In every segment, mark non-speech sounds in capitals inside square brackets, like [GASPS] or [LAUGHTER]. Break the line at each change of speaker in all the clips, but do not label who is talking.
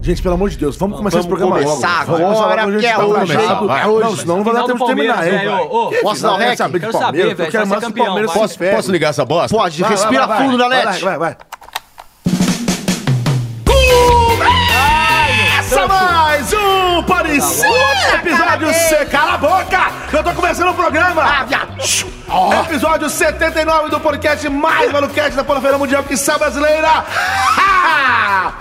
Gente, pelo amor de Deus, vamos começar esse programa
começar
logo. Vamos
agora,
começar
que é
logo,
hoje,
gente.
hein?
Tá
Vai,
bravo. Não, senão não vai dar
Final
tempo de
do Palmeiras,
terminar, hein?
velho.
velho?
Ô,
Que
posso
final?
dar um
Quero
rec?
saber de
Quero saber,
Palmeiras,
velho.
Eu
Vai
quero
ser
mais que o
campeão,
Palmeiras
vai.
se ferre.
Posso ligar essa bosta?
Pode,
Vai, vai,
respira
vai,
fundo,
vai.
Nanete.
Vai, vai, vai. Começa mais um Parecia Episódio C. Cala a boca! Eu tô começando o programa!
Ah,
Episódio 79 do podcast mais maluquete da Polofeira Mundial que sabe brasileira! Ha!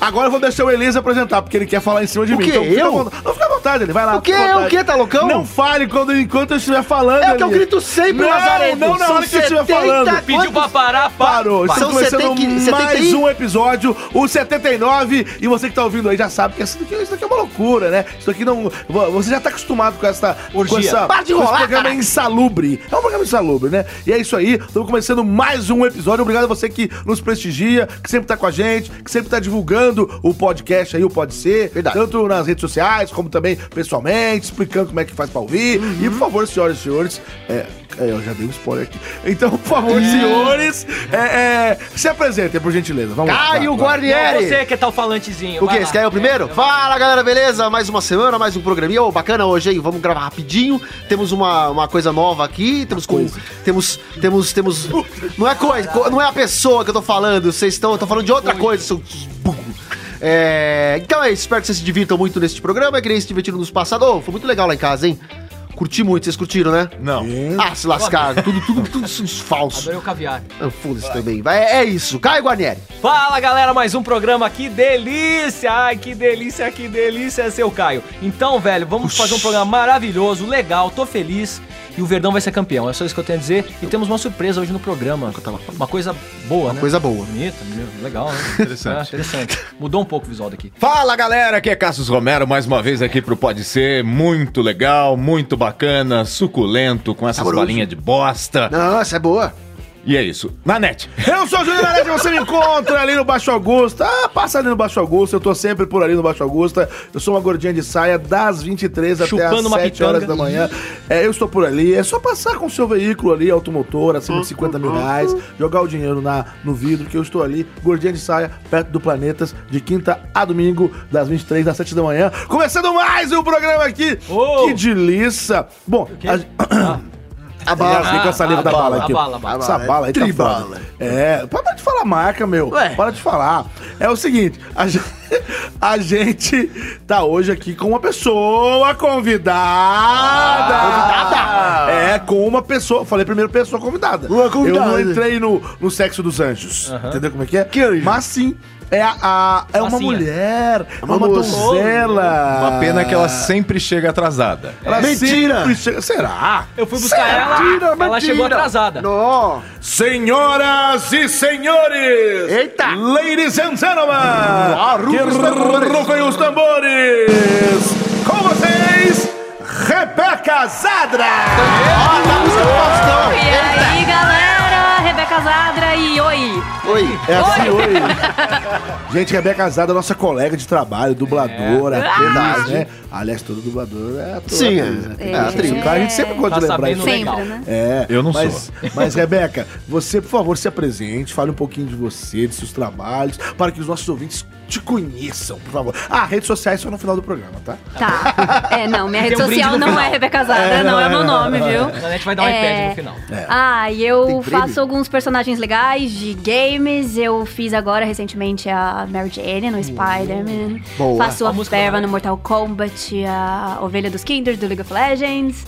Agora eu vou deixar o Elias apresentar, porque ele quer falar em cima de mim.
quê?
fica à
Eu?
vontade. Não fica à vontade, ele vai lá.
O quê?
fica à vontade.
O quê? Tá loucão?
Não fale quando, enquanto eu estiver falando.
É o que eu
Elias.
grito sempre,
não,
Lazarento.
Não, na
São
hora que eu estiver
70
falando.
Pediu pra parar, parou.
Parou,
São
estamos começando
70 e-
mais
70 e-
um episódio, o 79. E você que tá ouvindo aí já sabe que isso daqui, isso daqui é uma loucura, né? Isso daqui não. vo- Você já tá acostumado com essa. Com
Orgia.
essa
Para de
com esse
rolar,
programa
cara.
insalubre. É um programa insalubre, né? E é isso aí, estamos começando mais um episódio. Obrigado a você que nos prestigia, que sempre tá com a gente, que sempre tá divulgando o podcast aí, o Pode Ser.
Verdade.
Tanto nas redes sociais, como também pessoalmente, explicando como é que faz pra ouvir.
Uhum.
E por favor, senhoras e senhores, é, é, eu já dei um spoiler aqui. Então, por favor, senhores, é, é, se apresentem, por gentileza. Vamos lá.
Caio
Vai, vai.
Não,
Guarnieri!
você que tá o falantezinho.
O
vai
que?
lá.
Esse que é o primeiro? Fala galera, beleza? Mais uma semana, mais um programinha. Ô, bacana hoje, hein? Vamos gravar rapidinho. Temos uma, uma coisa nova aqui. Temos com. Temos. Temos. Temos. Não é coisa, co- não é a pessoa que eu tô falando. Vocês estão. Eu tô falando de outra coisa, seus burros. É, então é isso, espero que vocês se divirtam muito neste programa. É Que nem se divertiram nos passados. Ô, foi muito legal lá em casa, hein? Curti muito, vocês curtiram, né?
Não.
Ah, se lascaram, tudo, tudo, tudo, tudo falso.
Adorei o caviar.
Ah, Foda-se também. Vai, é isso, Caio Guarnieri.
Fala galera, mais um programa, que delícia! Ai, que delícia, que delícia, seu Caio. Então, velho, vamos fazer um programa maravilhoso, legal, tô feliz e o Verdão vai ser campeão. É só isso que eu tenho a dizer. E temos uma surpresa hoje no programa. Uma coisa boa, né?
coisa boa.
Bonita, meu, legal, né?
Interessante.
É, interessante. Mudou um pouco o visual daqui.
Fala galera, aqui é Cassius Romero, mais uma vez aqui pro Pode Ser. Muito legal, muito bacana, suculento, com essas
Saboroso.
bolinhas de bosta.
Nossa, é boa.
E é isso. Na net.
Eu sou o Júnior Arete, você me encontra ali no Baixo Augusta. Ah, passa ali no Baixo Augusta, eu tô sempre por ali no Baixo Augusta. Eu sou uma gordinha de saia das 23 até as
Chupando uma
7 horas da
pitanga.
manhã. É, eu estou por ali, é só passar com o seu veículo ali, automotor, acima de 50 mil reais, jogar o dinheiro na, no vidro, que eu estou ali, gordinha de saia, perto do Planetas, de quinta a domingo, das 23 às 7 da manhã. Começando mais um programa aqui.
Oh.
Que delícia. Bom, a,
Ah,
A
já
bala.
sei com a saliva
a
da
bala,
bala, aqui.
a bala, a bala.
Essa bala aí tá
Tribala.
foda. É, para de falar marca, meu.
Ué.
Para de falar. É o seguinte, a gente, [LAUGHS] a gente tá hoje aqui com uma pessoa convidada.
convidada?
É, com uma pessoa. Falei primeiro pessoa convidada.
Uma convidada.
Eu não entrei no, no sexo dos anjos. Entendeu como é que é?
Que anjo?
Mas sim, é, a- a, é uma
Massinha.
mulher, é uma,
moça.
donzela.
Uma pena que ela sempre chega atrasada.
é
Ela
Mentira.
sempre chega- Será?
Eu fui buscar ela, ela chegou atrasada.
Não.
Senhoras e senhores!
Eita!
Ladies and gentlemen! Que rufem os tambores! Com vocês, Rebeca Zadra!
Olha a música do Faustão.
E aí, galera, Rebeca Zadra e oi.
Oi.
É assim hoje. Gente, Rebeca Zadra é nossa colega de trabalho, dubladora,
É. Ah.
atriz, né? Aliás, toda dubladora é ator.
Sim,
atriz, né?
é. É atriz.
Cara, A gente sempre gosta
Tá
de lembrar
sabendo
isso.
legal.
Sempre, né?
É,
Eu não
mas,
sou.
Mas, Rebeca, você, por favor, se apresente, fale um pouquinho de você, de seus trabalhos, para que os nossos ouvintes te conheçam, por favor. Ah, redes sociais só no final do programa, tá?
Tá. É, não, minha rede
Tem um brinde
social
no
não
final.
é Rebeca Zadra,
É,
não,
não,
é meu
não,
nome, viu?
A gente vai dar um iPad no final.
Ah, e eu
Tem prêmio?
faço alguns personagens legais de games. Eu fiz agora recentemente a Mary Jane no Spider-Man.
Boa.
Faço
Ó,
a
música
Ferva
nova.
no Mortal Kombat, a Ovelha dos Kinders do League of Legends.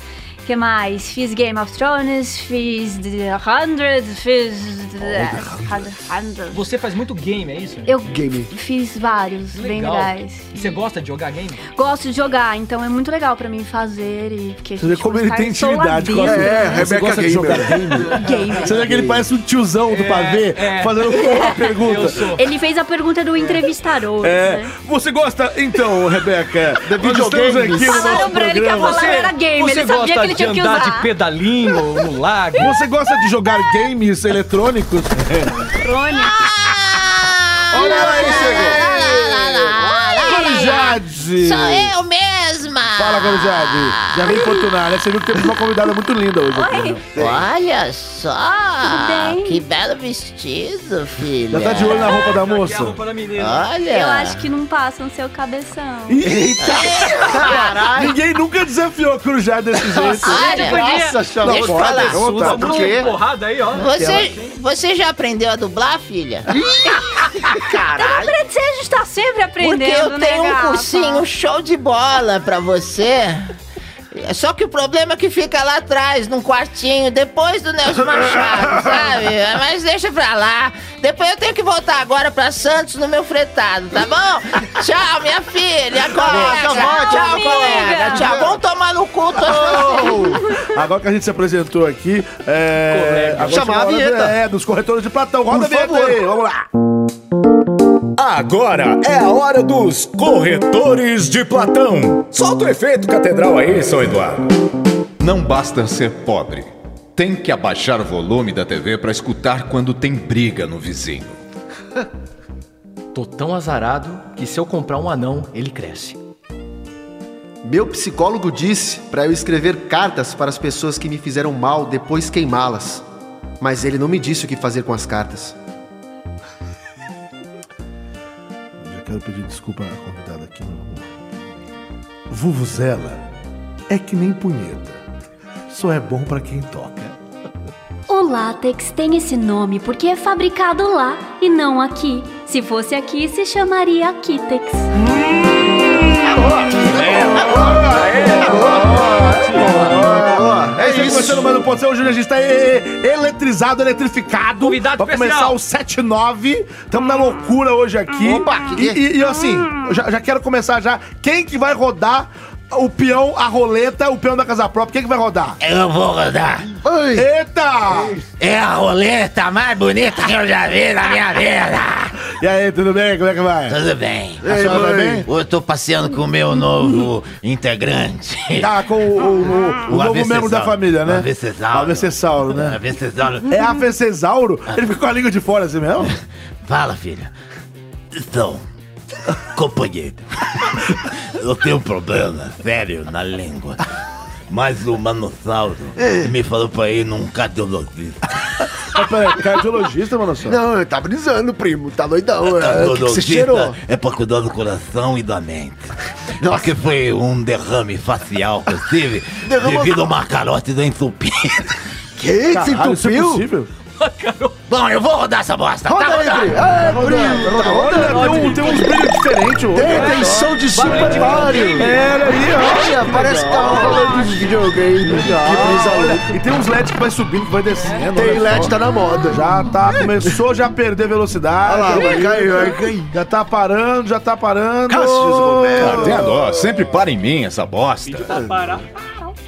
que mais? Fiz Game of Thrones, fiz The Hundred, fiz. The Hundred.
Você faz muito game, é isso?
Eu
Game.
fiz vários, bem legais.
E você gosta de jogar game?
Gosto de jogar, então é muito legal pra mim fazer e porque
Você vê como ele tem intimidade com a
é.
Rebeca.
É,
Você
Rebeca
gosta de jogar
[LAUGHS]
game? Você vê que ele parece um tiozão do pavê
é.
fazendo uma pergunta.
Eu sou.
Ele fez a pergunta do entrevistador,
É,
né?
você gosta, então, Rebeca, de
[LAUGHS]
videogames.
videogames?
Falaram pra ele que a palavra era game,
você
ele sabia
gosta
que ele ele
de
tinha que
andar
usar.
de pedalinho
[LAUGHS]
no lago.
Você gosta de jogar games eletrônicos?
Crônica.
Olha ela aí, chegou.
Olha,
Jade!
Sou É, eu mesma!
Fala, Jade. Já vem importunar, né? Você viu que temos uma convidada muito linda hoje. aqui,
Oi.
né?
Olha só!
Tudo bem?
Que belo vestido, filha!
Já tá de olho na roupa da
Aqui é a
moça?
roupa da menina.
Ah,
Olha!
Eu acho que não passa no seu cabeção.
Caralho.
Ninguém nunca desafiou a Crujade desse jeito.
[LAUGHS]
Olha,
Nossa, chamou.
Ah, Deixa eu falar.
Fica à vontade.
Sobrou
tá, Por
uma
quê?
porrada aí, ó.
Você, você já aprendeu a dublar, filha?
Então, pra dizer, a gente tá sempre
Porque
aprendendo,
eu
né,
tenho um
Gafa?
cursinho show de bola pra você. É Só que o problema é que fica lá atrás, num quartinho, depois do Nelson Machado, sabe? Mas deixa pra lá. Depois eu tenho que voltar agora pra Santos no meu fretado, tá bom? Tchau, minha filha,
tá
colega.
bom,
tchau,
amiga.
colega. Tchau. Vamos tomar no cu, tô...
Agora que a gente se apresentou aqui, é. agora
Chamar
chegou
a
hora
vinheta.
da- É, dos corretores de Platão. Roda
Por
a vinheta
favor.
aí, vamos lá.
Agora é a hora dos corretores de Platão. Solta o efeito catedral aí, São Eduardo.
Não basta ser pobre. Tem que abaixar o volume da TV pra escutar quando tem briga no vizinho.
Tô tão azarado que se eu comprar um anão, ele cresce.
Meu psicólogo disse pra eu escrever cartas para as pessoas que me fizeram mal depois queimá-las. Mas ele não me disse o que fazer com as cartas.
Já quero pedir desculpa à convidada aqui, mas vamos lá. Vuvuzela é que nem punheta. Só é bom pra quem toca.
O látex tem esse nome porque é fabricado lá e não aqui. Se fosse aqui, se chamaria Aquitex.
É isso aí, começando mais um Pode Ser. Hoje a gente tá e- eletrizado, eletrificado.
Convidado
pra
especial.
começar o 7-9. Tamo na loucura hoje aqui.
Opa,
E, e- e assim, eu já, já quero começar já. Quem que vai rodar o peão, a roleta, o peão da casa própria? Quem que vai rodar?
Eu vou rodar.
Ai,
Eita!
É a roleta mais bonita que eu já vi na minha vida.
E aí, tudo bem? Como é que vai?
Tudo bem. Tá
A senhora vai bem?
Eu tô passeando com o meu novo integrante.
Tá com o, o- o- o novo
Avecesauro.
membro da família, né?
O Avecesauro.
Avecesauro,
A
né?
ver se dá-
É Avecesauro? Ele ficou a língua de fora assim mesmo?
Fala, filha. Então, companheiro, [LAUGHS] eu tenho um problema sério na língua. Mas o um Manossauro me falou pra ir num cardiologista.
Mas peraí, É cardiologista, mano, só.
não, tá brisando, primo. Tá doidão. é. O que que você
Cardiologista
cheirou?
é pra cuidar do coração e da mente. Porque foi um derrame facial que eu tive
Derramou-
devido a uma carótida entupida.
Que? Se
Caralho, isso é
entupiu?
possível?
Bom, eu vou rodar essa bosta.
Roda
tá
aí,
rodando.
primo. É, primo. tá
Olha,
rodando.
tem, um, tem uns brilhos diferentes hoje.
Tem, tem som de Super Mario.
É, olha aí,
Olha, parece que tava falando de videogame. Que brisa louca.
ó. E tem uns LEDs que vai subindo, que vai descendo.
Tem
olha
LED,
só.
tá na moda.
Já tá, começou já a perder
Olha
velocidade.
lá, vai cair, vai cair.
Já tá parando, já tá parando.
Cassius Romero.
Até dó, sempre para em mim essa bosta.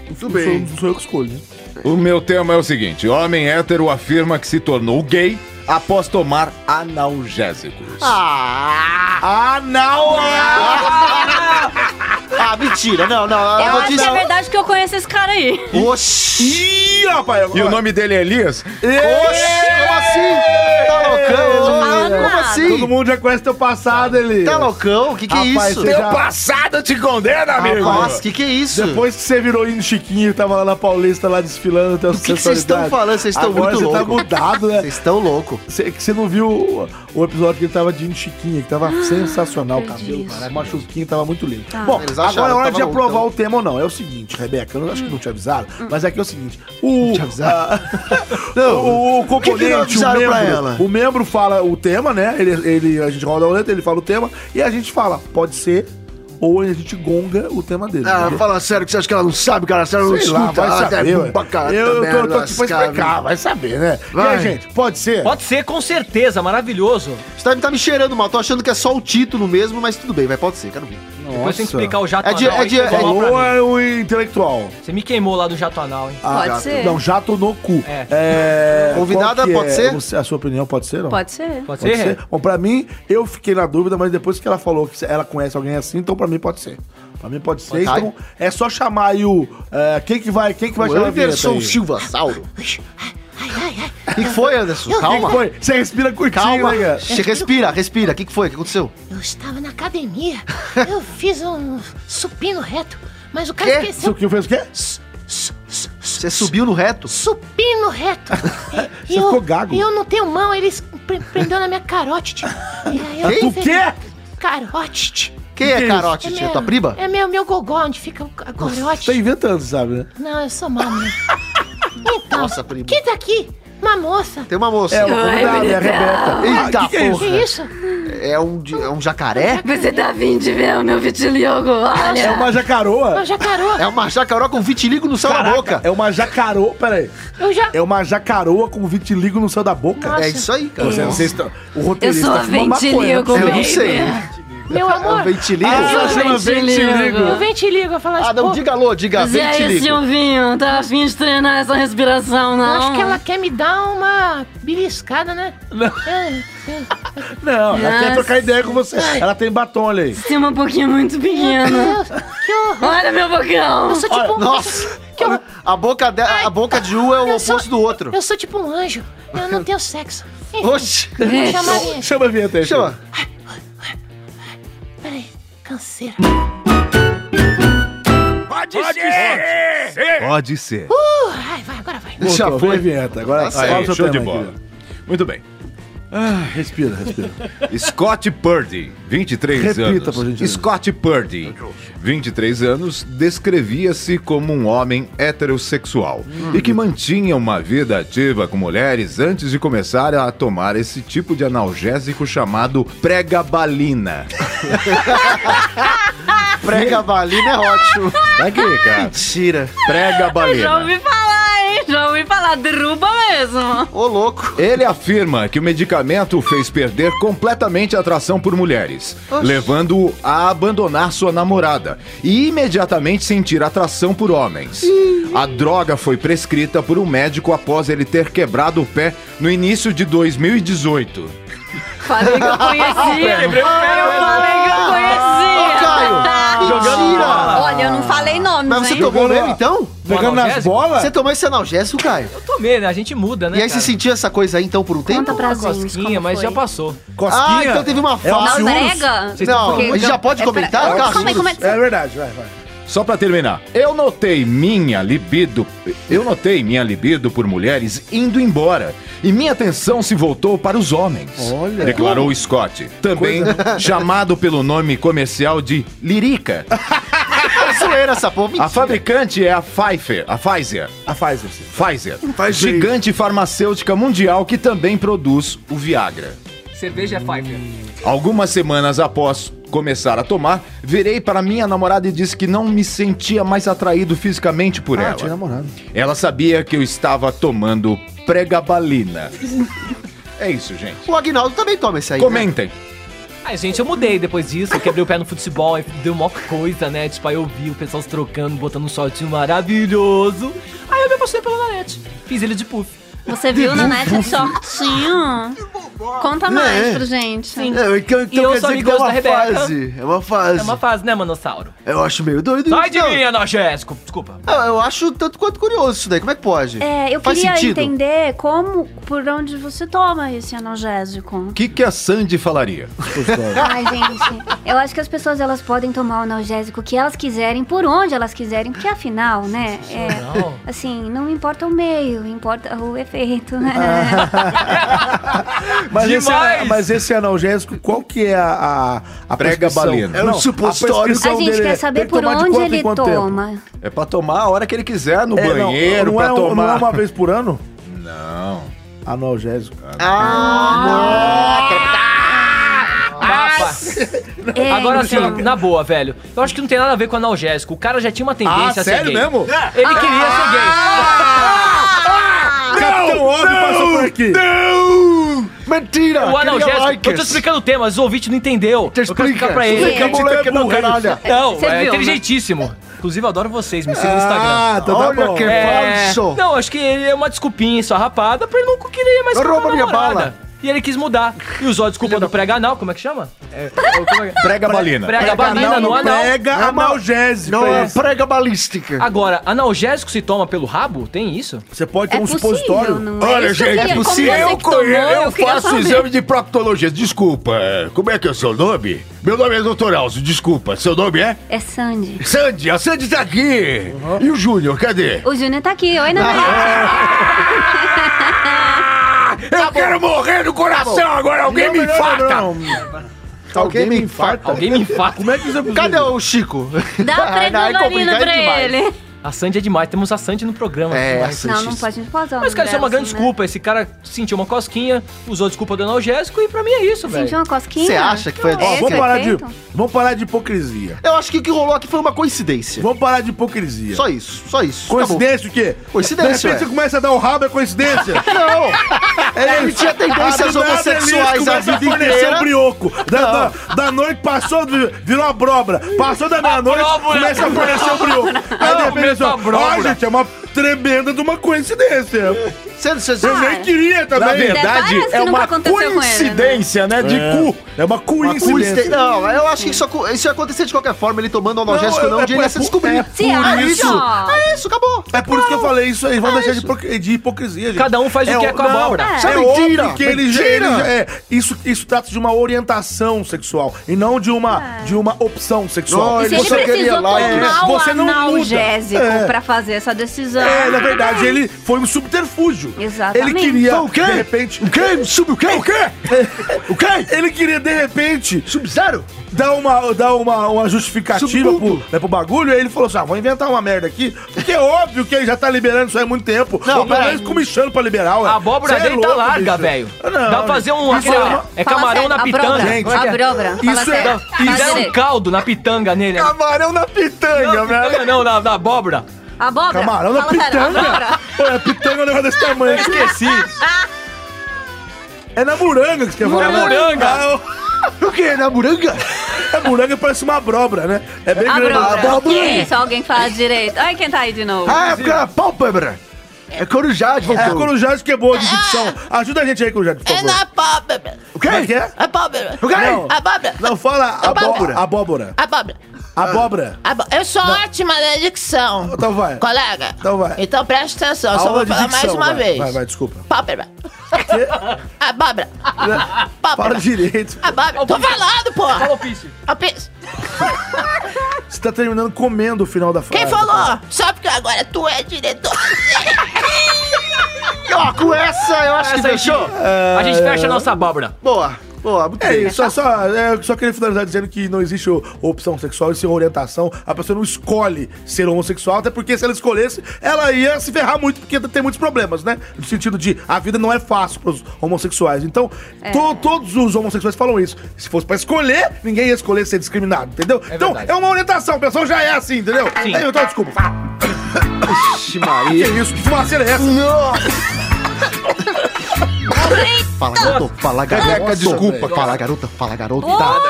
Muito bem.
Sou eu que escolho. né?
O meu tema é o seguinte: homem hétero afirma que se tornou gay após tomar analgésicos.
Ah, não!
é Ah, mentira. Não, não.
Eu
A
acho que é
notícia...
verdade que eu conheço esse cara aí.
Oxi.
Ih, rapaz!
E o nome dele é Elias?
Oxi, como assim? Tá loucão?
Não,
Como
nada.
Todo
assim?
mundo já conhece teu passado, Elias.
Tá loucão? Que que é
Rapaz,
isso?
você já-
passado te condena,
Nossa, que que é isso?
Depois que você virou hino Chiquinho e tava lá na Paulista, lá desfilando até o
O que que vocês estão falando? Vocês estão
Agora
muito
você tá
loucos.
mudado, né?
Vocês estão loucos.
Você, que você não viu o, o episódio que ele tava de Chiquinha, que tava sensacional o
perdi
cabelo,
isso.
caralho, uma chuquinha, tava muito lindo. Bom,
Eles acharam
agora é
que
hora
tava
de aprovar
loucão.
o tema ou não. É o seguinte, Rebeca, eu não- acho que não te avisaram, mas aqui é o seguinte, o...
te avisaram?
ah, [LAUGHS]
Não,
o, o
que que não
componente, o
avisaram
membro,
pra ela?
o membro fala o tema, né? Ele, ele, a gente roda a roleta, ele fala o tema, e a gente fala, pode ser, ou a gente gonga o tema dele.
Ah,
entendeu?
fala sério, que você acha que ela não sabe, cara? Se ela não
Sei lá,
escuta,
vai
ela
saber,
tá
ué.
pra caralho.
Eu tô, tô aqui pra
lascada.
explicar, vai saber, né?
Vai.
E aí, gente, pode ser?
Pode ser, com certeza, maravilhoso.
Você tá, tá me cheirando mal, tô achando que é só o título mesmo, mas tudo bem, vai, pode ser, quero ver.
Depois tem que explicar o jato
É de-
anal.
é
aí
de-
que eu vou lá pra
é-
Ou
mim.
é o intelectual?
Você me queimou lá no jato anal, hein?
Ah,
Pode
gato.
ser.
Não, jato no cu.
É.
É,
Convidada,
qual que
pode ser?
Você- a sua opinião pode ser, não?
Pode ser.
Pode,
Pode
ser?
ser? Bom, pra mim, eu fiquei na dúvida, mas depois que ela falou que ela conhece alguém assim, então pra mim pode ser. Pra mim pode ser. Então é só chamar aí o. é, quem que vai, quem que vai
O
chamar a vinheta
Anderson
aí?
Silva Sauro. O que que foi, Anderson?
Quem que
Calma.
foi? Você respira curtinho,
Calma.
né, cara?
Che- Respira, respira. O que que foi? O que aconteceu?
Eu estava na academia, eu fiz um supino reto, mas o cara
Quê?
Isso
esqueceu.
que fez o quê?
Você subiu no reto?
Supino reto.
Você ficou gago.
E eu não tenho mão, ele es- pre- prendeu na minha carótide. E aí eu
Quem?
tive-
O quê?
Carótide.
Quem é carótide? É tua prima?
É meu, meu gogó, onde fica o a carótide.
Tá inventando, sabe, né?
Não, eu sou mal mesmo. Então,
Nossa, prima.
quem tá aqui? Uma moça.
Tem uma moça.
É, uma convidada, é a Rebeca.
Eita
Ah, que que é
Que
porra.
isso?
É um, di- é um jacaré?
Você tá afim de Ah, ver o meu vitiligo?
É
Olha!
uma
Uma
jacaroa.
jacaroa.
É uma jacaró com vitiligo no céu da
Caraca,
boca.
É uma jacaroa. Pera aí.
Eu já...
É uma jacaroa com vitiligo no céu da boca.
Nossa.
É isso aí, cara.
Você, vocês estão- o
Eu
roteirista
sou a
tá fumando maconha,
vitiligo,
né?
Eu não
baby.
sei.
Meu
É um
amor,
vitiligo?
Ah, chama
eu
vitiligo.
ventiligo, eu falo assim,
Ah, não,
pô,
diga alô, diga
é
Zé
vitiligo.
Silvinho, tá afim de treinar essa respiração,
Ah. eu
não?
acho que ela quer me dar uma beliscada, né? É, é.
né? Não, ela quer
Nossa.
trocar ideia com você. Ela tem batom, olha aí.
Tem uma boquinha muito pequena.
Meu Deus, que horror.
Olha meu bocão!
Eu sou tipo um...
Nossa.
Que eu-
A boca, de, a boca de um é o
Eu sou-
oposto do outro.
Eu sou tipo um anjo. Eu não tenho sexo. Enfim,
Oxi.
vou chamar a minha.
Chama a vinheta aí.
Chama.
Peraí, canseira.
Pode ser!
Pode ser.
Uh, ai, vai, agora vai.
Voltou,
Já
vem
foi.
a vinheta. Agora
Nossa,
fala
Aí,
o seu
show de
tema aí,
bola.
querido.
Muito bem.
Ah, respira, respira.
Scott Purdy, 23
Repita,
anos.
por gentileza.
Scott Purdy, 23 anos, descrevia-se como um homem heterossexual
Hum.
e que mantinha uma vida ativa com mulheres antes de começar a tomar esse tipo de analgésico chamado pregabalina.
Prega balina é ótimo.
Tá aqui, cara.
Mentira.
Já
Pregabalina.
ouvi falar, hein? Já ouvi falar, derruba mesmo!
Ô, louco.
Ele afirma que o medicamento o fez perder completamente a atração por mulheres, levando-o a abandonar sua namorada e imediatamente sentir atração por homens. A droga foi prescrita por um médico após ele ter quebrado o pé no início de 2018.
Falei
[LAUGHS]
que eu conhecia! eu falei que eu
Ô, Caio.
conhecia!
Mentira.
Olha, eu não falei nomes,
Mas você
hein?
tomou
Jogando
mesmo,
lá.
então?
Pegando nas
analgésico?
bolas?
Você tomou esse analgésico, Caio?
Eu tomei, né? A gente muda, né?
E aí você
cara?
sentiu essa coisa aí, então, por um tempo?
Conta pra gente
Cosquinha,
como
mas
foi.
já passou.
Cosquinha?
Ah, então teve uma
É
fase.
óxiurus?
Naltrega?
Não,
Porque-
a gente já pode
É, pera-
comentar,
Calma aí,
Cássio?
calma aí, como é que
É verdade, vai, vai.
Só pra terminar, eu notei minha libido, eu notei minha libido por mulheres indo embora e minha atenção se voltou para os homens.
Olha.
declarou Scott, também [LAUGHS] chamado pelo nome comercial de Lirica.
É zoeira essa porra.
A
mentira.
fabricante é a Pfizer, a Pfizer,
A Pfizer. sim.
Pfizer,
Pfizer.
gigante farmacêutica mundial que também produz o Viagra.
Cerveja é Pfeiffer.
Algumas semanas após começar a tomar, virei para minha namorada e disse que não me sentia mais atraído fisicamente por
Ah,
ela.
tinha namorado.
Ela sabia que eu estava tomando pregabalina. é isso, gente.
O Agnaldo também toma esse aí. né?
Comentem.
Ai, gente, eu mudei depois disso. Eu quebrei o pé no futebol, aí deu uma coisa, né? Tipo, aí eu vi o pessoal se trocando, botando um shortinho maravilhoso. Aí eu me apaixonei pelo Nanete. Fiz ele de puff.
Você viu na net um shortinho? Conta mais pra gente.
É, então então
E eu
quer
sou
dizer que é
amigoso
uma
da Rebeca.
fase. É uma fase.
É uma fase, né, manossauro?
Eu acho meio doido.
Sai de
Não,
mim, analgésico. Desculpa.
Eu, eu acho tanto quanto curioso isso daí. Como é que pode?
É, eu
Faz
queria
sentido.
entender como, por onde você toma esse analgésico.
O que, que a Sandy falaria?
Ai, gente, eu acho que as pessoas elas podem tomar o analgésico que elas quiserem, por onde elas quiserem, porque afinal, né? É,
Não.
assim, não importa o meio, importa o efeito. né?
Mas esse,
Demais!
ana- mas esse analgésico, qual que é a, a, a
Prega balena.
É
É um
um supositório.
A gente quer saber por onde ele toma.
É pra tomar a hora que ele quiser, no
É, não,
banheiro,
não,
pra
é um-
tomar.
Não é uma vez por ano?
Não.
Analgésico.
Mapa.
É,
Agora assim,
então.
na boa, velho. Eu acho que não tem nada a ver com analgésico. O cara já tinha uma tendência a ser gay. Ele queria ser gay.
Capitão Óbvio passou por aqui.
Mentira!
O analgésico.
Queria
Eu tô
likers.
explicando o tema, mas o ouvinte não entendeu. Eu quero explicar pra ele.
Explica,
Mulher
mulher burra,
burra,
caralho.
Não,
Você
é
viu, né?
inteligentíssimo. Inclusive, eu adoro vocês, me sigam no Instagram.
Ah, então tá
Olha
bom.
que
É,
falso!
Não, acho que ele é uma desculpinha só rapada pra ele não querer mais ficar
Eu
com a
roubo a minha
namorada.
bala.
e ele quis mudar. E usou a desculpa do prega anal, como é que chama? É, como é que-
Prega balina.
Prega balina no anal.
Pega analgésico.
Não
é
é
isso.
prega balística.
Agora, analgésico se toma pelo rabo? Tem isso?
Você pode ter
É
um
possível,
supositório.
não é?
Olha,
Isso aqui
gente,
é- como
se
você
eu,
que tomou,
conhe- eu
queria
faço
saber.
exame de proctologista. Desculpa, eh, como é que é o seu nome? Meu nome é Dr. Alzo, desculpa. Seu nome é?
É Sandy.
Sandy, a Sandy tá aqui. E o Júnior, cadê?
O Júnior tá aqui. Oi, Nanete.
eu quero morrer no coração agora, alguém me infarta.
Alguém me infarta.
tá, Alguém me infarta.
Como é que isso é possível?
Tá. Cadê o Chico?
Dá
Aí
pregabalina
complicado
pra
demais.
ele.
A Sandy é demais, temos a Sandy no programa.
É,
Mas-
assim,
Não, não pode. Não pode
Mas, cara, isso é uma grande
né?
desculpa. Esse cara sentiu uma cosquinha, usou a desculpa do analgésico e pra mim é isso, velho.
Sentiu uma cosquinha?
Você acha que foi
Ó,
a
Ó,
Esse
vamos,
é
parar de,
efeito?
vamos parar de hipocrisia.
Eu acho que o que rolou aqui foi uma coincidência.
Vamos parar de hipocrisia.
Só isso, só isso.
Coincidência o quê?
Coincidência,
De repente
ué.
você começa a dar o rabo, é coincidência.
Não! Ele tinha tendências
Do nada, é
homossexuais
eles
a
começam
vida
fornecer
inteira.
um brioco. Da, da, da noite passou, vi- virou abóbora. Passou da meia-noite,
Abóbora.
começa a fornecer o brioco. Aí de repente,
mesmo
ó,
abóbora.
ó, gente, é uma tremenda de uma coincidência.
Você, você,
Eu nem queria também.
Na verdade,
Detalhes que
é
nunca
uma
aconteceu com ele, né?
coincidência, né? De cu.
É uma coincidência.
Não, eu acho que isso, acu- isso ia acontecer de qualquer forma. Ele tomando analgésico ou não,
é-
um dia
é
ele ia se
por-
descobrir.
é
Você
por
acha?
isso.
É isso, acabou.
É por isso que eu falei isso aí. Vamos deixar de hipoc- de hipocrisia, gente.
Cada um faz o que é com a
não,
abóbora.
É,
Isso é mentira,
mentira. Que ele, já-
mentira.
ele já- é, isso, isso trata de uma orientação sexual e não de uma, de uma opção sexual.
Não,
E se ele
Você queria
precisou tomar
like,
né?
um
Você não muda.
analgésico
É.
pra fazer essa decisão?
É, na verdade, ele foi um subterfúgio.
Exatamente.
Ele queria,
Foi o quê?
de repente... O quê? Sub o quê? O quê? [LAUGHS] o quê? Ele queria, de repente,
Sub-Zero?
dar uma, dar uma, uma justificativa pro,
Submundo.
né, pro bagulho, aí ele falou assim, ah, vou inventar uma merda aqui, porque é óbvio que ele já tá liberando isso aí há muito tempo.
Não,
Ou pelo
pera
menos
aí.
comichando pra liberar, ué.
A abóbora
Cê é
dele tá
louco,
larga,
bicho. Ah,
velho.
Não,
Dá pra fazer um.
Isso
aquele-
é uma-
é camarão na pitanga.
Gente,
Como é que é?
abrobra. Fala
Isso é-
sério.
isso
Fala
Fizeram um
sério.
caldo na pitanga nele. né?
Camarão na pitanga,
Não, pitanga não, na, na abóbora.
Abóbora.
Camarão na
Fala sério,
pitanga.
abóbora.
Pô, é pitanga é um negócio desse tamanho.
Esqueci.
É na muranga que você quer falar, né?
muranga.
Ah,
O quê? Na
É
muranga?
o- a muranga parece uma abóbora, né? É bem grande.
Abóbora. é Isso, alguém fala direito. Ai, quem tá aí de novo?
Ah, é porque era pálpebra. É corujade,
É,
voltou.
Corujade que é boa de dicção. Ajuda a gente aí, Corujade, por
É
favor.
na abóbora.
O quê? que é?
Abóbora.
O quê?
Não. Abóbora.
Não, fala abóbora.
Abóbora.
Abóbora.
Abóbora.
Abóbora.
Abó- Eu sou ótima na dicção.
Então vai.
Colega.
Então vai.
Então presta atenção, só
Aula
vou
de
falar mais
dicção,
uma
vai.
vez.
Vai, vai, desculpa.
Pálpebra. Abóbora. Pálpebra.
Fala direito.
Abóbora. Tô falando,
Fala
porra.
o piso.
Alpis.
Você tá terminando comendo o final da frase.
Quem falou? Só porque agora tu é diretor.
Ó, Ah, com essa eu acho que
Essa aí,
deixou.
Chico. A gente fecha a nossa abóbora.
Boa, boa, muito
É
bem.
isso, só, só, é, eu só queria finalizar dizendo que não existe o- opção sexual, isso é orientação. A pessoa não escolhe ser homossexual, até porque se ela escolhesse, ela ia se ferrar muito, porque tem muitos problemas, né? No sentido de a vida não é fácil pros homossexuais. Então, to- todos os homossexuais falam isso. Se fosse pra escolher, ninguém ia escolher ser discriminado, entendeu? então,
verdade.
é uma orientação, a pessoa já é assim, entendeu?
Sim.
É, então, desculpa.
Ixi,
Que
Maria.
isso? Que fumaceira é essa?
Fala, garoto. Fala, garota.
desculpa,
Fala, garota. Fala, garota.
Porra!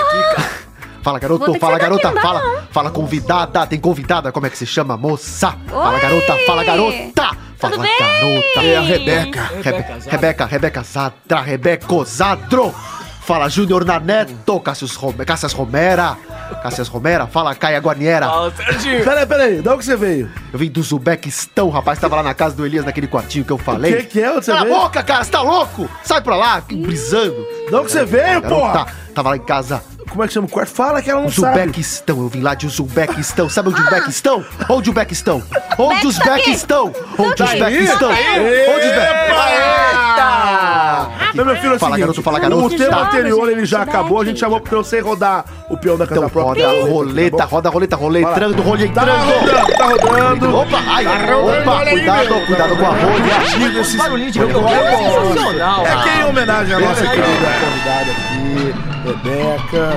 Fala,
Vou
garoto.
ter que
Fala,
sair daqui,
garota.
não dá,
Fala, fala, convidada. Tem convidada. Como é que se chama, moça? Fala,
Oi!
garota. Fala, garota. Fala,
bem?
garota. É a Rebeca.
Rebeca
Rebe-
Zadra.
Rebeca, Rebeca Zadra. Rebeco Zadro. Fala, Júnior Naneto. Cássius Rome- Cássias Romera. Cássias Romera. Fala, Caia Guarniera.
Fala, Serginho.
Peraí, peraí, de onde que você veio?
Eu vim do Uzbequistão, rapaz. Tava lá na casa do Elias, naquele quartinho que eu falei.
Que que é? Onde você
Cala
veio?
a boca, cara. Você tá louco? Sai pra lá, que brisando.
De onde que você veio,
Garota,
porra?
tá, tava lá em casa.
Como é que chama o quarto? Fala que ela não sabe.
Uzbequistão. Eu vim lá de Uzbequistão. Sabe onde o Uzbequistão? Onde o Uzbequistão? Onde o
Bex tá aqui.
Uzbequistão? Onde o
Tá aí,
Uzbequistão?
tá aí.
Onde o
Eita! Não, meu filho, é o
Fala,
seguinte,
garoto, fala,
O
garoto.
tema
Tá.
anterior ele já
Isso daqui.
acabou, a gente chamou pra você rodar o peão
é.
da
Então
casa própria.
roda, a roleta, roda, a roleta, roletrando,
Tá
roletrando.
rodando, tá rodando.
Opa, ai, opa, cuidado, cuidado com a rolha.
Tira esses-
Barulhinho de coqueiro é sensacional.
É que é em homenagem à nossa
Peraí.
querida convidada aqui, Rebeca.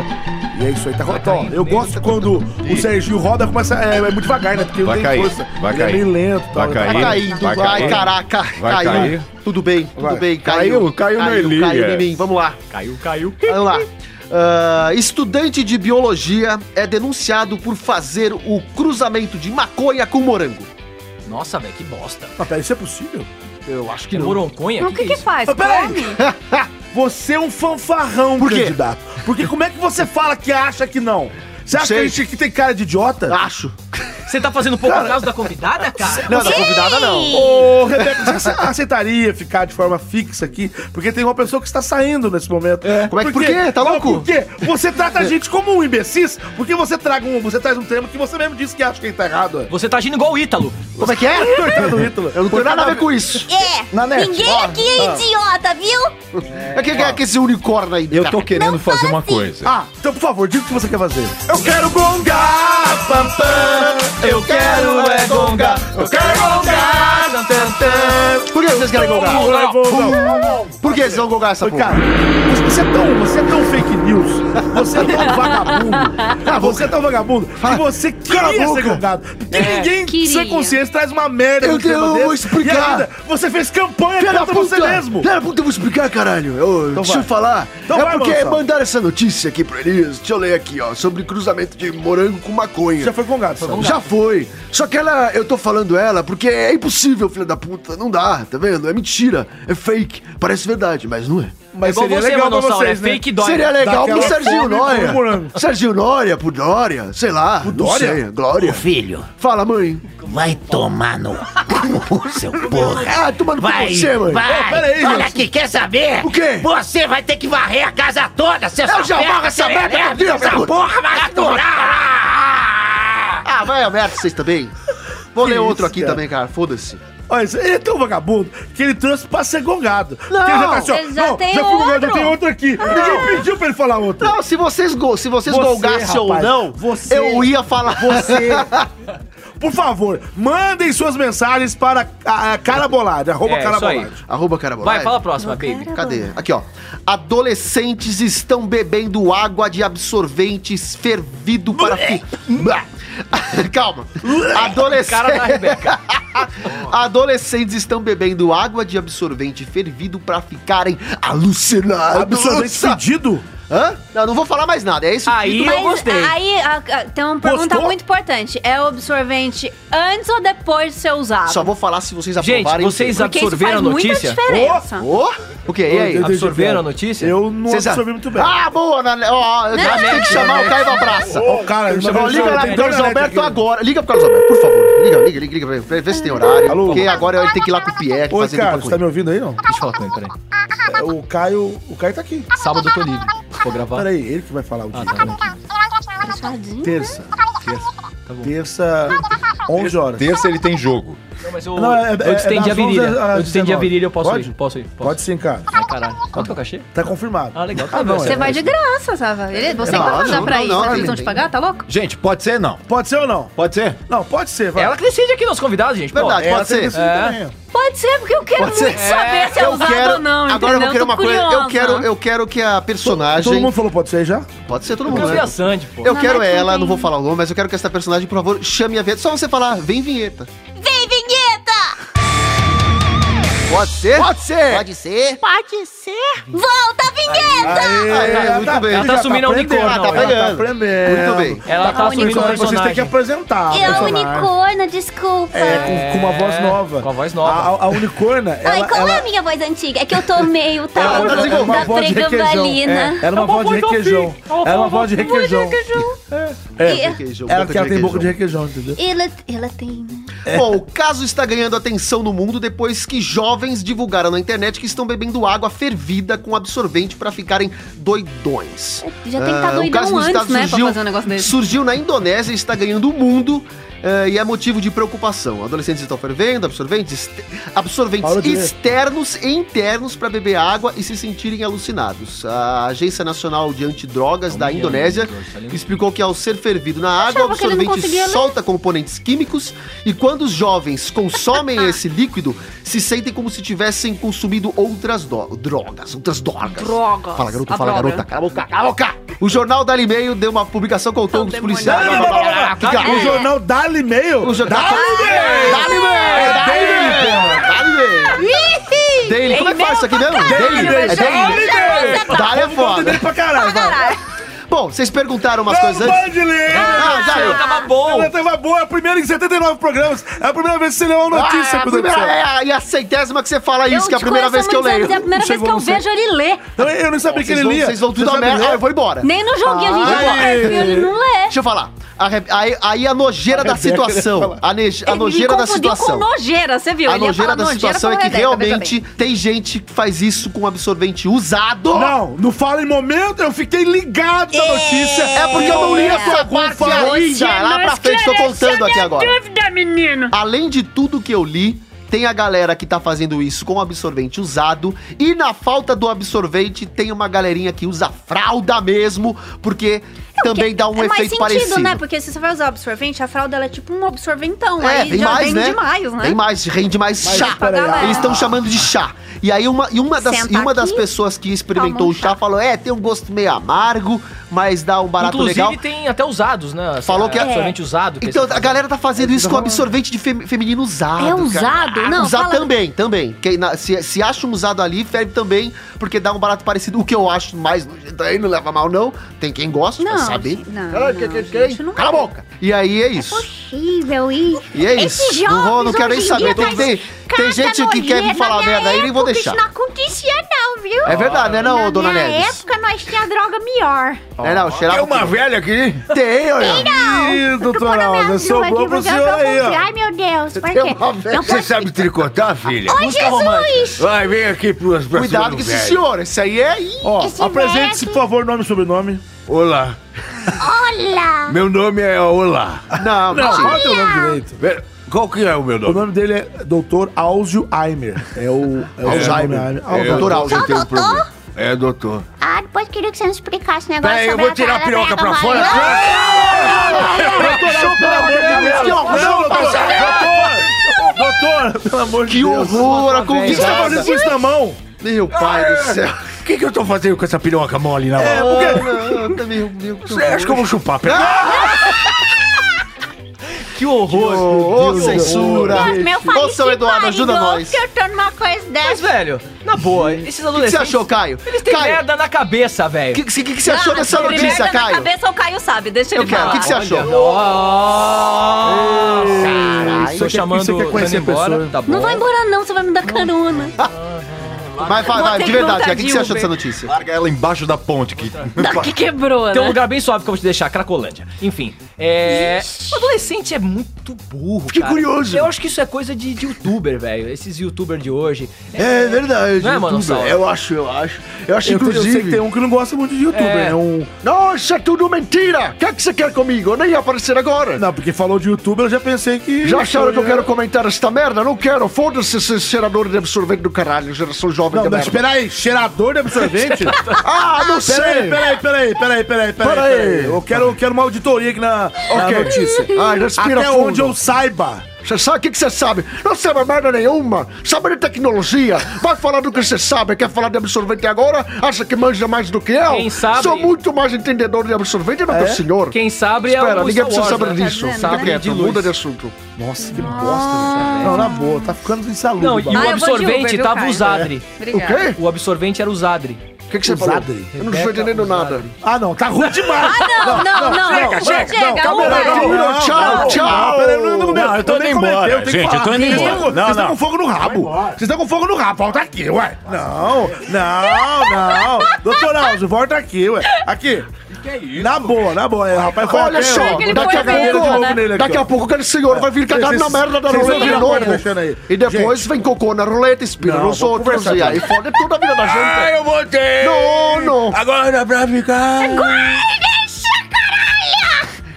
E é isso aí, tá rodando. Eu gosto quando o Serginho roda, começa. É, é muito devagar, né? Porque
Vai
não tem
cair,
força.
vai
Ele é
cair.
meio lento.
Vai
tal,
cair.
Tá
né?
caindo.
Vai
Ai,
cair.
caraca.
Vai
caiu.
cair.
Tudo bem, tudo
Vai.
bem.
Caiu, caiu no é. Elias.
Caiu em mim. Vamos lá.
Caiu, caiu.
Vamos lá. Ah, estudante de biologia é denunciado por fazer o cruzamento de maconha com morango.
Nossa, velho, que bosta. um
Ah, peraí, isso é possível?
Eu acho que
Que
não.
moronconha?
Mas o que que faz?
Ah, peraí.
Come?
Você é um fanfarrão,
Por quê?
candidato. Porque como é que você fala que acha que não? Você acha que a
sei.
gente que tem cara de idiota?
Acho.
Você tá fazendo pouco caso da convidada, cara?
Tá
Não, da convidada não.
Ô, Rebeca, você ace- aceitaria ficar de forma fixa aqui? Porque tem uma pessoa que está saindo nesse momento.
Como é que- por quê? Tá
Não,
louco? É.
Por quê? Você trata a gente como um imbecis, porque você, traga um, você traz um termo que você mesmo disse que acha que tá errado.
Você tá agindo igual o Ítalo.
Como é que é?
Coitado do Ítalo. tá
Eu não tenho nada a ver com isso.
É, Na net,
Ninguém
ó,
aqui é idiota, viu?
É que é que esse unicórnio aí.
eu
cara?
tô querendo fazer uma coisa.
Ah, então por favor, diga o que você quer fazer. Eu quero gongar, pam, pam. Eu quero é gongar. Eu
é
quero gongar, tam, tam, tam.
Por que vocês querem golgar?
Gongar, gongar.
Por que vocês vão golgar essa porra?
Cara, você é tão, você é tão fake news, você é tão vagabundo, cara, você é tão vagabundo, que você queria ser gongado. Porque ninguém
Queria.
sem consciência traz uma merda
Eu
num tema
tenho- eu
desse.
vou explicar.
E ainda, você fez campanha
Filha da
contra você
puta!
É mesmo.
Filha da puta, eu vou explicar, caralho. Eu- deixa
vai.
eu falar.
Então
é
vai,
porque
Gonçalo.
mandaram essa notícia aqui pra eles. Deixa eu ler aqui, ó. Sobre cruzamento de morango com maconha.
Já foi gongado, sabe?
Já foi. Só que ela, eu tô falando ela porque é impossível, filha da puta. Não dá, tá vendo? É mentira. É fake. Parece verdade, mas não é.
Mas
igual você, Manossauro, é
né?
fake dói.
Seria legal pro
Daquela
Serginho
fome pro
Nória.
morango.
Serginho Nória, pro Dória, sei lá. Pro
Dória?
Sei, Glória.
Filho,
Fala, mãe.
vai tomar no cu, seu porra.
Ah, tomando por
Vai,
você, mãe.
vai.
peraí,
Olha
gente.
aqui, quer saber?
O quê?
Você vai ter que varrer a casa toda, seu
Eu já varro essa merda todo dia,
Essa
meu
porra vai aturar!
Ah, vai a merda vocês também. Vou
Que
ler
isso,
outro aqui
cara?
também, cara. Foda-se.
Olha, isso, ele é tão vagabundo que ele trouxe pra ser gongado. Porque ele já tá assim, ó,
ele já
não,
tem
já fui gongado,
outro.
já tem outro aqui. Ninguém pediu pra ele falar outro.
Não, se vocês, go- se vocês
Você,
golgassem ou
rapaz,
não,
você-
eu ia falar.
[LAUGHS]
Você. Por favor, mandem suas mensagens para a, a Carabolade, arroba
É, isso
Carabolade.
aí.
[LAUGHS] Arroba Carabolai.
Vai, fala a próxima, baby.
Cadê? Aqui, ó. Adolescentes estão bebendo água de absorvente fervido para... fi- Blá. [LAUGHS] Calma. Adolesc-
Cara da Rebeca.
[LAUGHS] Adolescentes estão bebendo água de absorvente fervido para ficarem alucinados.
Absolutamente fedido.
Hã? Não, não vou falar mais nada. É isso
Aí- Eu gostei.
aí a- a- tem uma pergunta
Gostou?
muito importante. É o absorvente antes ou depois de ser usado?
Só vou falar se vocês
Gente,
aprovarem.
vocês
Porque isso
absorveram
faz
a
muita
notícia?
diferença.
Ô, o quê? E aí?
Eu- eu-
Absorveram a notícia?
Eu não
Vocês
absorvi muito bem.
Ah, boa, Nané. Ó, eu acho que tem que chamar o Caio da Praça.
Ô, cara,
Tem que
uma
chamar-
vez
liga
eu-
lá
tem
pro Carlos
internet
Alberto
aqui.
agora. Liga pro Carlos Alberto, por favor. Liga, liga, liga, liga, liga, vê se tem horário. Porque agora ele tem que ir lá pro Pierre
Ô,
fazer
Ricardo,
alguma
você tá
coisa.
me ouvindo aí, não?
assim, Deixa eu falar com ele, peraí.
É, O Caio, o Caio tá aqui.
Sábado eu tô livre. Vou gravar.
Peraí, ele que vai falar o dia.
Ah, tá, não.
Terça.
Tá
Terça. 11 horas.
Terça ele tem jogo.
Não, mas eu,
Não, é- é-
eu distendi
é
a
das 11
virilha.
às
Eu distendi a
19.
virilha, eu posso
Pode?
ir. Posso ir. Posso.
Pode sim, cara.
Ai, caralho. Quanto que é o cachê?
Tá confirmado.
Ah, legal.
Ah, não,
Você
é.
vai de graça, Sava. Ele- Você que
Não,
vai mandar
não,
pra
não,
eles.
não,
Será que eles
não
vão te
tem.
pagar? Tá louco?
Gente, pode ser não?
Pode ser ou não?
Pode ser?
Não, pode ser, vai.
Ela que decide aqui nossos convidados, gente. pô. é
Verdade,
Ela
pode
tem
ser.
decidido também.
Pode ser, porque eu quero
Pode
muito
ser.
saber se é usado ou não.
Agora eu
entendeu?
vou querer
Tô
uma coisa. Eu
curiosa.
quero, eu quero que a personagem.
Todo mundo falou pode ser já?
Pode ser todo
Eu
mundo.
quero ver
né?
a Sandy, pô.
Eu
Não,
quero
mas tudo
ela,
bem.
não vou falar o nome, mas eu quero que essa personagem, por favor, chame a vinheta. Só você falar, vem vinheta.
Vem, vinheta!
Pode ser? Pode ser!
Pode ser?
Pode ser?
Volta, vinheta!
Ah,
Aê,
tá, muito bem.
já
Ela
tá assumindo a
aprendendo,
unicórnio,
Tá
ela tá
pegando.
É.
Muito bem.
Ela tá
A
assumindo o
unicórnio.
Vocês têm que
personagem.
apresentar. a
É o
personagem.
unicórnio, desculpa.
É, com, com uma voz nova.
com a voz nova.
A, a- a unicorna,
Ai,
ela,
qual
ela,
é a minha voz antiga? É que eu tô meio
ela,
tal
ela-
da,
ela- uma
da
voz de requeijão.
pregambalina.
É, era uma voz de requeijão. Era uma voz de
é
requeijão.
É.
E-
Requeijão,
Ela é
boca
que ela tem
requeijão.
boca de requeijão, entendeu?
Ela, ela tem, né?
Bom, o caso está ganhando atenção no mundo depois que jovens divulgaram na internet que estão bebendo água fervida com absorvente para ficarem doidões.
Já tem que
tá
estar
Ah, o caso
doidão
nos
antes,
Estados
né? Pra
surgiu-
fazer um negócio desse.
Surgiu na Indonésia e está ganhando o mundo. eh, e é motivo de preocupação. Adolescentes estão fervendo absorventes, este- absorventes
Paulo Dias.
externos e internos para beber água e se sentirem alucinados. A Agência Nacional de Antidrogas da Indonésia explicou que ao ser fervido na água, o
Achava que ele não conseguia
um absorvente
ler.
solta componentes químicos e quando os jovens consomem esse líquido, se sentem como se tivessem consumido outras do- drogas. Outras drogas.
Drogas.
Fala, garoto,
A
fala,
droga.
garota. Cala a boca, cala a boca. O jornal da Limeio deu uma publicação contando os
Tão
policiais.
demoniado. Não, não, não, não, não.
Que que é?
O jornal Dali Mail.
O jornal. Dali
É
Mail! Dali
Daily,
Mail! Dali Mail! Daily, como é que faz isso aqui mesmo? Daily? É Daily?
Dali Mail.
Dali é
Foda
foda.
dele pra caralho. vai.
Bom, Bom, vocês perguntaram umas coisas
Não,
antes.
pode ler!
Ah, já eu.
Tava bom.
Ela tava boa, é a primeira em 79 programas. É a primeira vez que você leu uma
Ah,
notícia,
é a
meu Deus do
primeira-
céu.
é a- e a centésima que você fala isso, que é a
te
primeira vez
conheço
que eu
há muitos
leio.
anos, É a primeira vez que eu vejo ele ler.
Não, Então, eu não sabia que
Vocês
ele
vão,
lia.
vocês vão tudo a
sabe
merda.
ler?
Ah, eu vou embora.
Nem no joguinho a gente joga
Ai.
ele não lê.
Deixa eu falar. A re- aí- aí a nojeira da situação. A, ne- a
Ele me
nojeira da
confundiu
situação.
com nojeira, você viu?
A
Ele ia
nojeira
falar
da situação é
falou
que
redeca, veja
realmente tem gente que faz isso com absorvente usado.
Não, não fala em momento, eu fiquei ligado na notícia.
É porque eu não li essa parte é ainda. Lá pra frente, tô contando aqui agora. Além de tudo que eu li, tem a galera que tá fazendo isso com absorvente usado. E na falta do absorvente, tem uma galerinha que usa fralda mesmo, porque também dá um
é mais
efeito
sentido,
parecido.
né? Porque se você vai usar absorvente, a fralda ela é tipo um absorventão.
É,
aí
tem
já
mais,
vende
né?
demais, né?
Tem mais, rende mais chá.
pra galera.
Eles estão chamando de chá. E aí uma, e uma, das,
Senta
e uma das
aqui,
pessoas que experimentou
toma um
o chá,
chá.
falou, é, tem um gosto meio amargo, mas dá um barato
Inclusive,
legal.
tem até usados, né?
Falou que é-
absorvente usado. que
Então,
esse-
a galera tá fazendo
É,
isso com absorvente de fem- feminino usado.
É
cara.
usado? Não,
Usar
fala-
também, também. Que na- se, se acha um usado ali, ferve também, porque dá um barato parecido. O que eu acho mais nojento aí, não leva mal, não. Tem quem gosta,
Não,
mas sabe.
gente, não,
Cara, que-
não,
que-
gente,
que-
não
Cala a boca! E aí é isso.
Possível, e...
E é isso.
Esses
não, vou, não
jovens
quero
hoje
nem
em
saber.
dia tá
Tem,
faz
tem, tem
cada
gente que quer me
nojeira.
falar
Na
merda aí,
minha
nem vou
época
deixar.
Isso não acontecia não, viu?
É verdade, né, não,
Na
dona
minha
Neves?
época nós tinha droga melhor.
É, não, cheirava.
Tem uma velha aqui.
Tem, olha.
Ih,
Pô,
doutora
não me ajuda
Alza,
aqui,
sobrou pro
porque eu
um
senhor
tô
aí,
com-
ó.
Ai, meu Deus, por
tem uma
quê?
velha.
Não
Você
pode...
sabe tricotar, filha?
Ô, Jesus!
Vai, vem aqui pros pra cima
Cuidado
do
com esse
velho.
senhor. Esse aí é. Ih,
Ó,
Esse moleque-
apresente-se, por favor, nome e sobrenome.
Olá.
Olá!
Meu nome é Olá.
Não,
Não,
mentira.
fala teu nome direito.
Pera, Qual que é o meu
O
nome?
nome dele é Dr. Alzio Aimer. É o... é o
Alzheimer.
nome-
É,
Alzheimer.
doutor
eu-
Alza.
eu tenho um
Só doutor?
problema. É, doutor.
Ah, depois queria que você me explicasse o negócio
Peraí, eu
sobre
vou tirar a
fralda
piroca pra
branca
fora.
amarela.
Pelo amor de Deus, que horror!
Não,
Doutor, doutor, pelo amor de
Que
Deus.
horror, a
O que você tá
convidada.
fazendo com isso na mão?
Meu pai do céu.
O que, que eu tô fazendo com essa piroca mole
É.
na mão?
Porque... Não, tá meio- meio-
Você acha que eu vou chupar? Pera.
Que horror.
Ô, censura!
Deus, meu falecido
Ô, seu Eduardo, ajuda
marido,
nós!
que eu tô numa coisa
Mas,
dessa.
velho, na boa, esses
O que
adolescentes...
você achou, Caio?
Eles têm
Caio,
merda na cabeça,
o
velho.
que, que, que você achou
Ah,
dessa
sobre
notícia,
merda na
Caio?
cabeça o Caio sabe, deixa
Eu
ele
quero, o
falar.
que, que você achou?
Nossa! Tô
quer-
chamando
você quer
o Dani
conhecer a pessoa?
embora. Tá bom.
Não vou embora não, você vai me dar carona.
Mas vai,
Vou ter
vai, de
que
verdade,
voltar
Caio, o que,
de
que você achou
Uber.
dessa notícia?
Larga ela embaixo da ponte que
Tá, que quebrou,
Tem um
né?
lugar bem suave que eu vou te deixar, Cracolândia. Enfim, é. O adolescente é muito burro. Fiquei
curioso.
Eu acho que isso é coisa de, de youtuber, velho. Esses youtuber de hoje.
É verdade.
Não é, mano,
youtuber.
Saulo?
Eu acho, eu acho. Eu acho,
Eu, te- eu sei que
inclusive.
tem um que não gosta muito de youtuber,
É.
é. né? Um...
Nossa, é tudo mentira! O que, que você quer comigo? Eu nem ia aparecer agora!
Não, é- porque falou de youtuber, eu já pensei que...
Já acharam que eu quero comentar esta merda? Não quero! Foda-se esse cheirador de absorvente do caralho, geração jovem
Não,
de
mas
merda!
peraí, cheirador de absorvente?
Ah, não
Peraí,
sei!
peraí, peraí, peraí, peraí, peraí.
Peraí.
peraí. Eu quero, eu quero uma auditoria aqui na, na
Ok.
notícia.
Ai, respira
Até
fundo.
onde eu saiba.
Você sabe o que que você sabe? Não sabe merda nenhuma. Sabe de tecnologia. Vai falar do que você sabe. Quer falar de absorvente agora? Acha que manja mais do que eu?
Quem sabe-
Sou muito mais entendedor de absorvente
É?
do que o senhor.
Quem sabe é
Espera,
o
ninguém
Star
precisa
Wars,
saber
né?
disso.
Tá
Fica
vendo, né?
quieto,
De luz.
muda de assunto.
Nossa, que bosta. Não, na boa, tá ficando insalubre.
Não, e
Ah, eu vou
o
de
absorvente
Uber, viu,
tava
Caio?
usadre.
Obrigada.
O quê?
O absorvente era usadre.
O que, que você falou?
Usadre.
Eu não estou entendendo nada.
Ah, não, tá ruim demais.
Não, não, não.
chega, chega, não, calma
um
aí,
vai.
calma aí.
Tira, Tchau, tchau.
Peraí, não, não, não,
Não, eu tô
eu nem
indo embora,
comentei, eu tenho que
gente, eu tô
falar.
indo
Vocês
embora.
estão-
Não,
Vocês estão
não.
com fogo no rabo.
embora.
Vocês estão com fogo no rabo. Volta aqui, ué. Não, não, não. Doutor Alzo, volta aqui, ué. Aqui. Na boa, na boa. É, rapaz, foi
Olha
até,
só,
ó,
que ele
daqui
foi
a
bem,
cadeira de
né?
novo nele
pouco,
aqui,
daqui a
ó.
pouco aquele senhor vai vir cagado
Vocês-
na merda da
vocês
roleta de
ouviram a
novo.
porta mexendo aí.
E depois
Gente.
vem cocô na roleta, espira
Não,
nos
vamos
outros
conversar
e aí
disso.
fode toda a vida da
Ah,
gente.
eu voltei!
Não, não.
Agora pra ficar.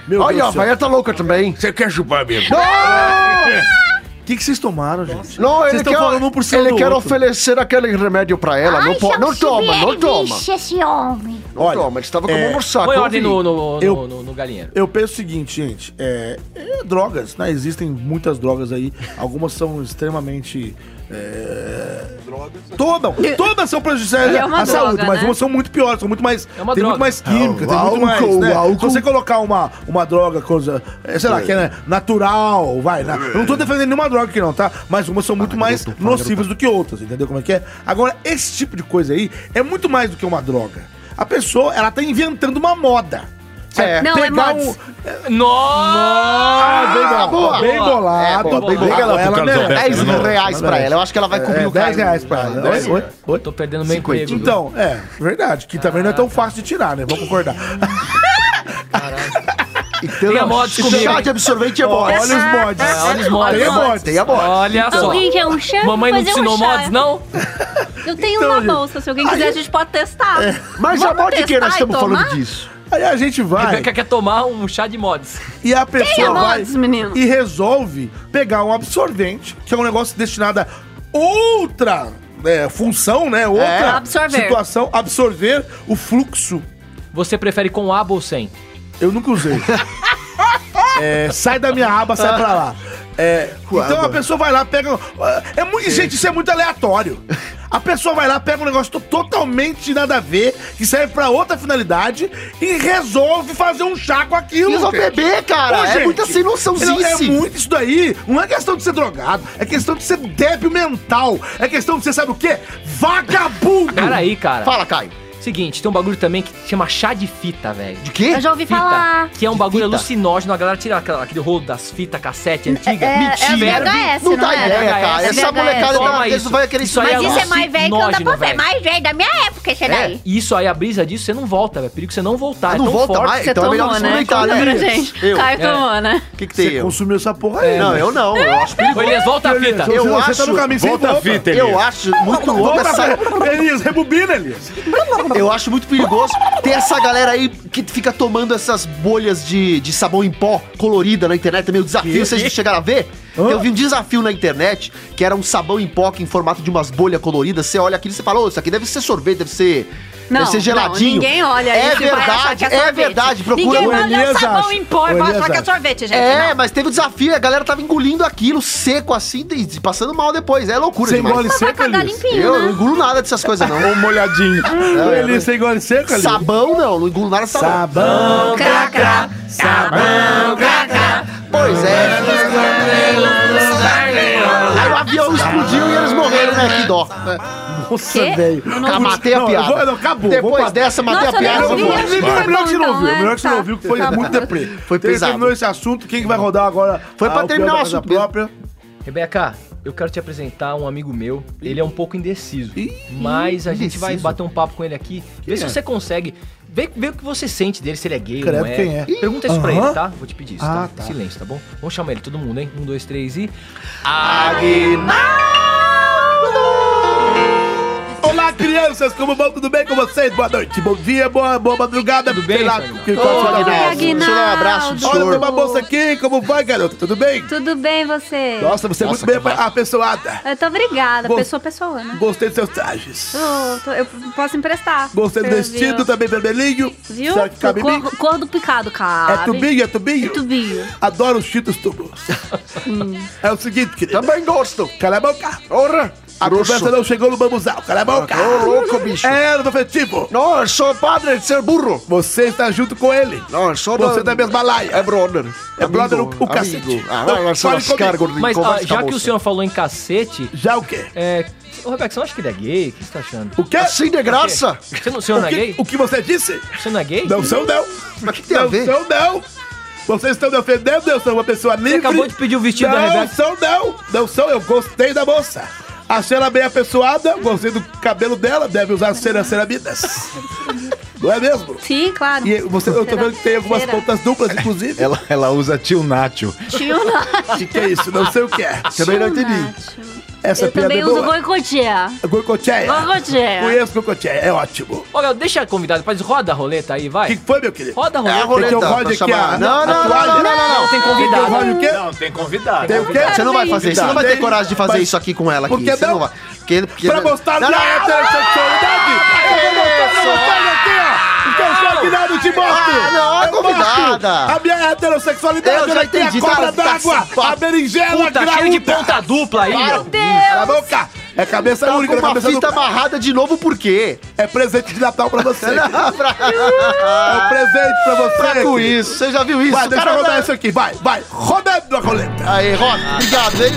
Meu
Olha, a
Deus do céu.
velha tá louca também. Ah!
Você quer chupar mesmo?
O que, que vocês tomaram, gente?
Não,
Vocês
ele
estão
quer,
falando um por cima
ele
do
quer
outro.
oferecer aquele remédio pra ela. não
Ai,
pode,
se
não
eu
toma, não
souber,
toma.
Vixe, esse homem.
Não
Olha,
toma, ele estava com
é,
um morsaco.
Põe
eu
ordem
vi.
no, no,
Eu-
no, no- no galinheiro.
Eu penso o seguinte, gente, é, é, drogas, né? Existem muitas drogas aí, algumas são extremamente é, Toda, todas são prejudiciais
É
à
uma droga,
saúde, mas
né?
umas são muito piores, são muito mais,
É uma
tem
droga.
muito mais química,
É, o
tem muito mais,
álcool,
né?
o álcool.
Se você colocar uma, uma droga, coisa, é, sei lá, que é né, natural, vai, né? Eu não tô defendendo nenhuma droga aqui não, tá? Mas umas são muito mais nocivas do que outras, entendeu como é que é? Agora, esse tipo de coisa aí é muito mais do que uma droga. a pessoa, ela tá inventando uma moda. Sabe?
Não, é
Pegar um-
mods.
Nossa!
Ah,
boa.
bem
É,
bolado,
boa,
bem
boa.
bolado.
Pega ela pro Carlos
merece.
Alberto,
10
não.
reais pra ela. Eu acho que ela vai cobrir
É,
o cara.
10 reais pra ela.
Dez
Oi, oi, oi.
Tô perdendo meu emprego. viu?
Então, é, verdade. Que também não é tão fácil de tirar, né? Vamos concordar.
Então,
Tem a mods comigo.
Chá de absorvente é bom.
Olha os mods.
É, olha os mods.
Tem a mods.
Tem a moda.
Olha só.
Alguém quer um chá?
Mamãe não
Fazer um
ensinou
chá.
mods, não?
Eu tenho
Então,
na
gente,
bolsa, se alguém quiser a gente pode testar.
Mas a
Vamos
moda de que
testar
nós
e
estamos falando
tomar?
disso?
Aí a gente vai
Rebeca [LAUGHS] quer tomar um chá de mods.
e a
Quem é
pessoa vai
mods, menino?
e resolve pegar um absorvente, que é um negócio destinado a outra é, função, né? Outra
É,
Absorver.
situação, absorver o fluxo.
Você prefere com aba ou sem?
Eu
[LAUGHS]
nunca usei. É, sai da minha aba, sai pra
[LAUGHS]
lá. É, então a pessoa vai lá, pega. É muito, gente, isso é muito aleatório. A pessoa vai lá, pega um negócio to- totalmente nada a ver, que serve pra outra finalidade, e resolve fazer um chá com aquilo.
Eles vão
gente.
beber, cara.
Ô,
é
gente,
muita sem
Não, É
noçãozice.
muito isso daí. Não é questão de ser drogado, é questão de ser débil mental. É questão de ser, sabe o quê? Vagabundo!
Peraí, cara.
Fala, Caio.
Seguinte, tem um bagulho também que chama chá de fita, velho.
De quê?
Eu já ouvi falar.
Que é um
De
bagulho
fita?
alucinógeno. A galera tira aquela- aquele rolo das fitas cassete antiga.
É, é VHS, não,
Não dá
é?
ideia,
VHS,
cara. Essa
VHS.
molecada
Toma
da vez
isso. é
não vai querer
Isso aí
Mas isso é
alucinógeno,
mais velho que eu tô falando, é
velho.
mais velho da minha época
É.
esse daí.
E Isso aí, a brisa disso, você não volta, velho. É perigo que você não voltar. é
Não
tão
volta
forte.
mais?
Você
Então é melhor
tomou,
não
né?
experimentar,
Conta pra
né?
gente.
Eu.
Caio
É.
tomou, né?
O que, que tem
Você
eu?
consumiu essa porra aí.
Não,
né?
eu não. Eu acho
Ô, Elias, volta a fita.
Eu
Você
acho-
tá no caminho sem
Volta a
volta.
fita, Elias.
Eu acho muito louco
Volta,
essa...
essa... Elias, rebobina, Elias.
Eu acho muito perigoso ter essa galera aí que fica tomando essas bolhas de, de sabão em pó colorida na internet também. O desafio, vocês não chegaram a ver? Eu vi um desafio na internet que era um sabão em pó que em formato de umas bolhas coloridas. Você olha aquilo e você fala, ô, isso aqui deve ser sorvete, deve ser...
Não,
deve ser
não,
geladinho.
ninguém olha
É
isso e vai achar
verdade,
que
é
sorvete.
verdade. Procura
Ninguém
O
olha
Elias
o sabão
acha.
em pó e
O
vai
Elias
achar que é
acha.
sorvete, gente.
É,
não.
mas teve o desafio, a galera tava engolindo aquilo seco assim, e passando mal depois. É loucura
Você
demais.
engole
Mas vai
seco,
cagar
Elias?
limpinho,
Eu não
né?
engulo nada dessas coisas,
[LAUGHS]
não.
Ou molhadinho.
Ô, Elias, você engole seco, Elias?
Sabão não, não engulo nada de sabão.
Sabão.
Cracra.
Pois é. Aí o avião explodiu e eles morreram, né? Que dó.
Nossa,
Quê?
velho.
Eu
Tá, matei a
Não, eu
piada.
vou- não, acabou. Vou
Depois
pra-
dessa, matei
Nossa,
a piada.
eu nem
vamos
vi. Foi
embora.
Melhor melhor que você não
bom,
ouviu,
então,
melhor que você não
é,
ouviu, que foi
tá.
muito deprê.
Foi
Ele
pesado.
terminou esse assunto, quem que vai rodar agora? Ah,
Foi pra
a
terminar
opinião
o
da casa
assunto mesmo.
própria.
Rebeca, eu quero te apresentar um amigo meu. Ele é um pouco indeciso.
Ih,
mas a gente vai
indeciso.
bater um papo com ele aqui. Vê se
é?
você consegue. Vê, vê o que você sente dele, se ele é gay ou
Credo,
não é.
quem é?
Pergunta isso pra
Aham.
ele, tá? Vou te pedir isso,
Ah,
tá?
tá.
Silêncio, tá bom? Vamos chamar ele, todo mundo, hein? Um, dois, três e...
Olá, crianças, como vão? Tudo bem com vocês? Boa noite, bom dia, boa, boa madrugada.
Tudo bem,
Sei lá,
Fernando?
que- qual será a
Olha,
nossa?
Deixa eu dar um abraço do
Olha,
senhor.
tem uma bolsa aqui, como vai, garoto? Tudo bem?
Tudo bem, você?
Nossa, você é muito bem apessoada.
Muito obrigada,
Bom.
pessoa pessoa, né?
Gostei dos seus trajes.
Eu, tô- eu posso emprestar.
Gostei do
Você
vestido,
viu?
também vermelhinho.
Viu?
Será que cabe em mim?
Cor, cor do picado, cara.
É tubinho, é tubinho?
Tubinho.
Adoro os Cheetos Tubos. é o seguinte, querido.
Também gosto.
Cala a boca.
Ora,
A conversa
grosso.
não chegou no bambuzal. Cala a boca.
Ô, louco, bicho.
É, no afetivo.
Não, eu sou padre de ser burro.
Você está junto com ele.
Não, eu sou
Você
da-
da mesma laia.
É brother.
É brother o- o
amigo.
cacete.
Ah,
Não,
vai, vai se
fale
lascar,
comigo.
gordinho.
Mas ah,
conversa com é tá a
já que o
moça.
senhor falou em cacete,
Já o quê?
é... Ô, Rebeca, você não acha que ele é gay? O que você tá achando?
O quê?
Assim de graça?
Você não, o senhor
o,
não é
que
gay?
o que você disse?
Você não é gay?
Não são, não.
Mas que tem a
não
ver?
são, não. Vocês estão me ofendendo, eu sou uma pessoa livre.
acabou de pedir o vestido
não
da Rebeca.
são, não. Não são, eu gostei da moça. Achei ela bem apessoada, gostei do cabelo dela, deve usar cera ceramidas. não é mesmo?
Sim, claro.
E é- você, eu tô vendo que tem algumas
Será?
pontas duplas, inclusive.
Ela, [LAUGHS] ela usa tio Nacho.
Tio Nath.
O que, que é isso? Não sei o que é. Também não [LAUGHS] entendi. Essa
né? Eu
piada
também
é
uso
boa.
goicotia.
Goicoteia.
Goicoteia.
Conheço goicoteia, é ótimo. O
Olha, deixa a convidada, faz roda a roleta aí, vai.
que foi, meu querido?
Roda a
É a
roleta.
Tem que eu
roleta.
rode
pra
aqui a,
chamar. Não,
a
não, não,
toalha?
não, não, não.
Tem
Tem que eu
convidado.
rode o quê?
Não, tem convidado.
É,
Tem o quê?
Você não vai fazer, você não vai ter
Tem-
coragem de fazer
mas-
isso aqui com ela aqui.
Por que
Você
não?
vai. Porque, porque-
Pra mostrar
Não, é
minha
não, não,
heterossexualidade! é
Ah,
Eu vou mostrar pra vocês aqui, ó! Porque eu sou afinado de moto!
é. Ah, não,
Eu
convidada.
mostro A minha heterossexualidade!
Eu já
ela tem
entendi,
A cobra
tá- tá
d'água!
simpático.
A berinjela
Puta, cheio de
graúda.
ponta dupla aí,
Para.
meu.
Cala a boca! É cabeça
Tá
única,
com
não é
uma
cabeça
fita
dupla.
amarrada de novo, por quê?
É presente de Natal pra você.
[LAUGHS] Não, pra-
É um presente pra você.
Para com
querido.
isso, você já viu isso?
Vai,
O
deixa
cara
eu rodar
vai-
isso aqui. Vai, vai. Rodando a roleta.
Aí, Rob, obrigado, hein?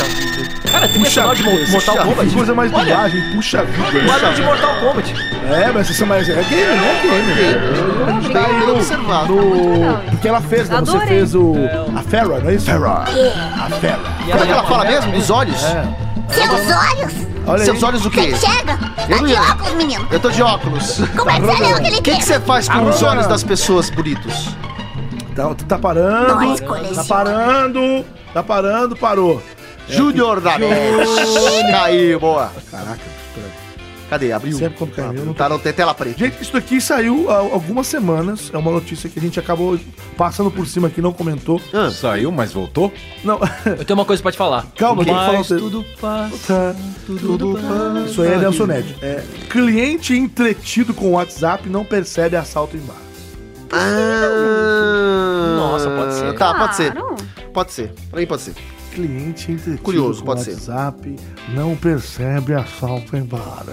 É,
Cara, tem personal de Mo- Mortal Kombat.
Coisa mais
Olha,
dublagem, puxa
o
vida.
barulho de Mortal Kombat.
É, mas vocês são mais. É game, né? Game, né? A gente tá aí
Obrigado por
no-
É
observar.
no- Porque ela fez, né? Você
Adorei.
fez o. A Farrah, não é isso? Farrah. A
E
Farrah.
Como é que ela
aí,
fala
é,
mesmo? Dos olhos?
Seus olhos!
Olha
Seus
aí.
olhos o quê?
Enxerga!
Eu não
Tá de
ia.
óculos, menino!
Eu tô de óculos.
Como é que você leu aquele
O que que
texto?
você faz com os
Agora-
olhos das pessoas bonitos?
Tá, tá parando.
Nós colecionamos.
Tá parando. Tá parando, parou.
Júnior da NET. Aí, boa.
Caraca, peraí.
Cadê? Abriu?
Sempre quando caiu, eu não-
Tá, não tem tela preta.
Gente, isso daqui saiu há algumas semanas. É uma notícia que a gente acabou passando por cima aqui, não comentou.
Saiu, mas voltou?
Não,
Eu tenho uma coisa pra te falar.
Calma, tem que falar o
Mas
texto.
tudo passa.
tá. Tudo bem. Isso aí é Nelson Ned. É, cliente entretido com WhatsApp não percebe assalto em bar.
Ah,
Nossa, pode ser.
Tá, pode ser.
Claro.
Pode ser. Pra mim pode ser.
Cliente entretido
Curioso,
com
pode ser.
WhatsApp não percebe assalto em bar.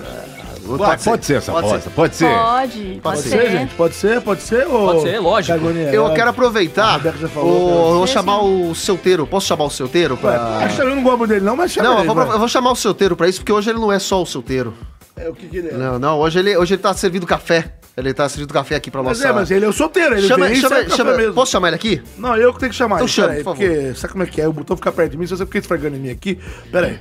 Pode, pode ser essa
Pode
bosta, pode ser.
Pode, pode
ser,
ser.
gente? Pode ser, pode ser? ô
Pode ser, lógico.
Cagoniel?
Eu quero
A
aproveitar.
Rebeca já falou,
o-
cara.
eu vou chamar o Solteiro. Posso chamar o Solteiro?
Ué,
Pra...
acho que eu não gosto muito dele, não, mas chama
Não, eu
ele,
vou,
vai.
eu vou chamar o Solteiro pra isso, porque hoje ele não é só o Solteiro.
É, o que que ele é?
Não, não. Hoje ele, hoje ele tá servindo café. Ele tá servindo café aqui pra
Mas
nossa...
é, mas ele é o solteiro, ele
Chama,
vem e sai
chama,
pra
chama,
fora mesmo.
Posso chamar ele aqui?
Não, eu que tenho que chamar.
Então
ele,
chama,
peraí,
por favor.
Porque, sabe como é que é? O botão fica perto de mim, se você fica esfregando em mim aqui. Pera aí.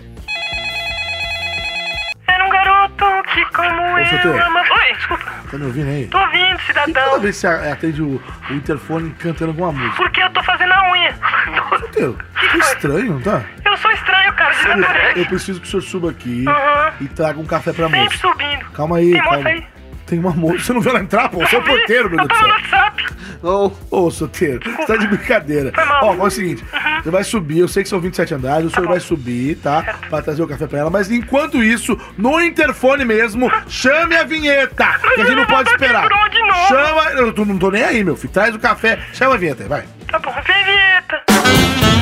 Era um garoto que como
Ô,
eu
Soteiro.
ama... Oi, desculpa.
Tá me ouvindo aí?
Tô ouvindo,
E toda
cidadão.
vez que você atende o, o interfone cantando alguma música.
Porque eu tô fazendo a unha. [LAUGHS]
Meu, que estranho, não tá?
Eu sou estranho, cara, de
Eu, eu
natureza.
preciso que o senhor suba aqui
Aham.
e traga um café pra
Sempre
moça.
subindo.
Calma aí,
Tem moça
calma.
aí? Tá
Tem uma moça. Você não viu ela entrar, pô? Você é o porteiro, meu
Eu
Deus do
tava no
céu.
WhatsApp.
Ou...
[LAUGHS]
Ô, solteiro, você tá de brincadeira.
Foi mal.
Ó, é o seguinte: você vai subir, eu sei que são 27 andares, o senhor vai subir, tá? Pra trazer o café pra ela, mas enquanto isso, no interfone mesmo, chame a vinheta, que a gente
eu
não
não vou
pode
dar
esperar.
tempo de novo.
Chama, eu tô- não tô nem aí, meu filho, traz o café, chama a vinheta, aí, vai.
Tá bom, vem vinheta.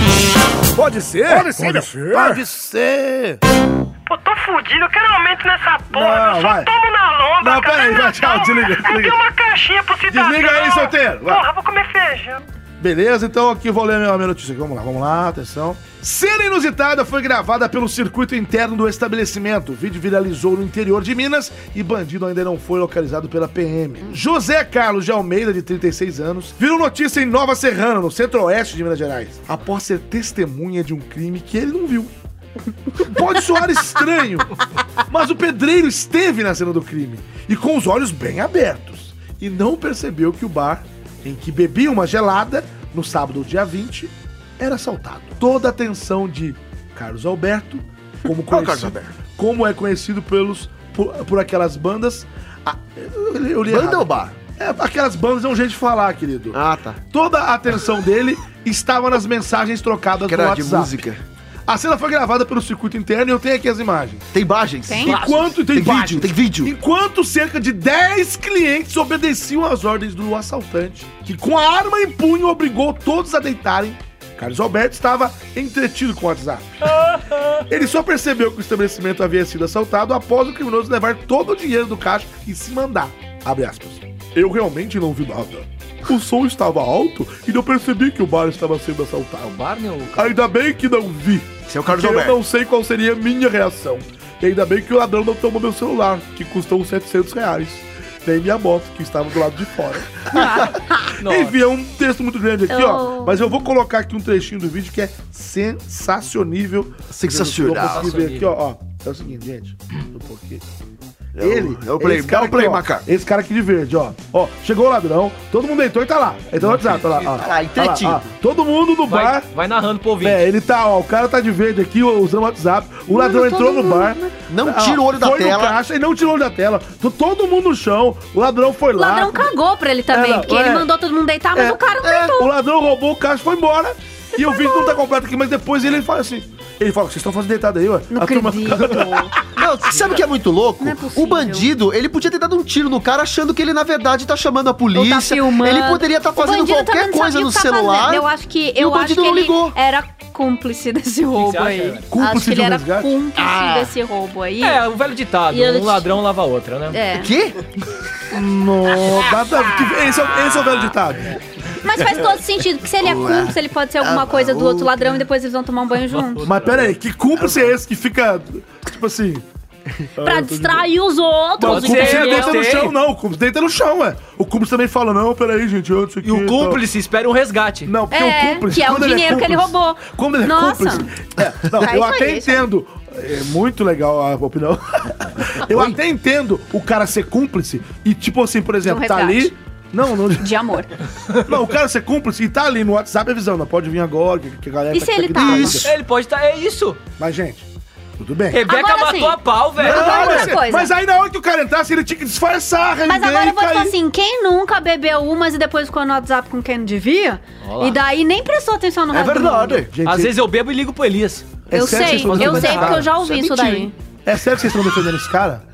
Pode ser?
Pode ser, meu. Tá Pode ser.
Pô, tô fudido, eu quero um aumento nessa porra.
Não,
eu
vai.
só tomo na lomba. cara,
Não, pera aí,
não
vai, tchau,
tomo.
desliga,
Aí
desliga.
tem uma caixinha pro cidadão.
Desliga aí, solteiro, vai.
Porra, vou comer feijão.
Beleza, então aqui eu vou ler a minha notícia aqui. Vamos lá, vamos lá, atenção. Cena inusitada foi gravada pelo circuito interno do estabelecimento. O vídeo viralizou no interior de Minas e bandido ainda não foi localizado pela PM. José Carlos de Almeida, de 36 anos, virou notícia em Nova Serrana, no centro-oeste de Minas Gerais, após ser testemunha de um crime que ele não viu. Pode soar estranho, mas o pedreiro esteve na cena do crime e com os olhos bem abertos e não percebeu que o bar em que bebia uma gelada no sábado, dia 20, era assaltado. Toda a atenção de Carlos Alberto,
[LAUGHS]
como, conhecido-
Carlos Alberto.
como é conhecido pelos por, por aquelas bandas. ah, eu, eu li
Banda
errado.
ou bar?
É, aquelas bandas é um jeito de falar, querido.
Ah, tá.
Toda a atenção dele estava nas mensagens trocadas
Que
no
era de
WhatsApp.
música.
A cena foi gravada pelo circuito interno e eu tenho aqui as imagens.
Tem imagens?
Tem?
Enquanto tem,
Tem vídeo.
Enquanto cerca de 10 clientes obedeciam às ordens do assaltante, que com a arma em punho obrigou todos a deitarem, Carlos Alberto estava entretido com o
[LAUGHS]
WhatsApp. Ele só percebeu que o estabelecimento havia sido assaltado após o criminoso levar todo o dinheiro do caixa e se mandar. Abre aspas. Eu realmente não vi nada. O som estava alto e não percebi que o bar estava sendo assaltado.
Barney ou...
Ainda bem que não vi.
Seu é Carlos
porque
Alberto.
Eu não sei qual seria a minha reação. E ainda bem que o ladrão não tomou meu celular, que custou uns 700 reais. Nem minha moto, que estava do lado de
[LAUGHS]
fora.
Nossa.
Enfim, é um texto muito grande aqui, ó.
Eu-
Mas eu vou colocar aqui um trechinho do vídeo que é sensacionível.
Sensacional.
Eu vou conseguir ver aqui, ó, ó. É o seguinte, gente. Um pouquinho. Ele,
é o play,
esse cara
é o play,
aqui, ó.
Macaco.
Esse cara aqui de verde, ó. Ó, chegou o ladrão, todo mundo deitou e tá lá. Ele tá no WhatsApp, tá lá. Ó,
Tá lá,
Tá lá,
entretido.
ó. Todo mundo no
Vai,
bar,
vai narrando pro ouvinte.
é, ele tá, ó, o cara tá de verde aqui, ó, usando o WhatsApp. O ladrão entrou no bar.
Não
ó,
tira o olho da
foi
tela.
No caixa e não tirou o olho da tela. Tô todo mundo no chão. O ladrão foi
O
lá.
ladrão cagou pra ele também,
É, não,
porque
é.
ele mandou todo mundo deitar, mas
É,
o cara não
é,
deitou.
O ladrão roubou o caixa e foi embora. E o vídeo não tá completo aqui, mas depois ele fala assim. Ele fala, vocês estão fazendo deitado aí, ué?
Não
A turma-
acredito.
[LAUGHS]
Não, sabe o que é muito louco?
Não é
o
possível.
bandido, ele podia ter dado um tiro no cara achando que ele, na verdade, tá chamando a polícia.
Ou tá filmando.
Ele poderia estar
O
fazendo
bandido também
qualquer
não
coisa
sabia
no
o que tá
celular.
fazendo. Eu acho que,
e o
eu acho
bandido
que
não
ele
ligou.
era cúmplice desse roubo
acha,
aí.
velho?
Cúmplice
acho que
de
ele
um
era
resgate?
cúmplice
Ah.
desse roubo aí.
É, o velho ditado,
E ele-
um ladrão lava a outra, né?
É.
Quê?
Não, dá- dá- que- esse, é, o- esse é o velho ditado.
Mas faz todo sentido, porque se ele é cúmplice, ele pode ser alguma coisa do outro ladrão e depois eles vão tomar um
[LAUGHS]
banho juntos.
Mas pera aí, que cúmplice é esse que fica, tipo assim...
Pra distrair os
Não, o
outros,
cúmplice não deita no
Então, tem.
chão, não. O cúmplice deita no chão, ué. O cúmplice também fala, não, peraí, gente, eu não sei
E o cúmplice espera um resgate.
Não, porque
É,
o cúmplice...
que é o
quando ele
dinheiro que ele
cúmplice-
roubou.
Quando ele é
Nossa.
cúmplice... É,
[LAUGHS]
não,
É
eu
isso
até
aí, é isso aí.
entendo... É muito legal a opinião. eu até entendo o cara ser cúmplice e, tipo assim, por exemplo, tá
resgate.
ali... Não, [LAUGHS] não...
de amor.
Não, o cara ser cúmplice e tá ali no WhatsApp avisando, pode vir agora, que, que a galera
E se
que
ele
aqui
tava?
não
Isso.
liga.
Ele pode estar. É isso.
Mas, gente, tudo bem.
Rebeca
Agora
matou
sim.
a pau, velho.
Não, Agora
mas,
outra coisa.
mas aí na hora que o cara entrasse, ele tinha que disfarçar,
Mas
renegar
agora
e
eu vou te falar
cair.
assim: quem nunca bebeu umas e depois ficou no WhatsApp com quem não devia, e daí nem prestou atenção no
É
resto do mundo.
verdade.
Gente,
Às vezes eu bebo e ligo pro Elias.
é
Eu
sério que
sei,
vocês estão
eu
defendendo
sei
esse
porque eu
cara?
já ouvi isso daí.
É sério que vocês estão defendendo esse cara?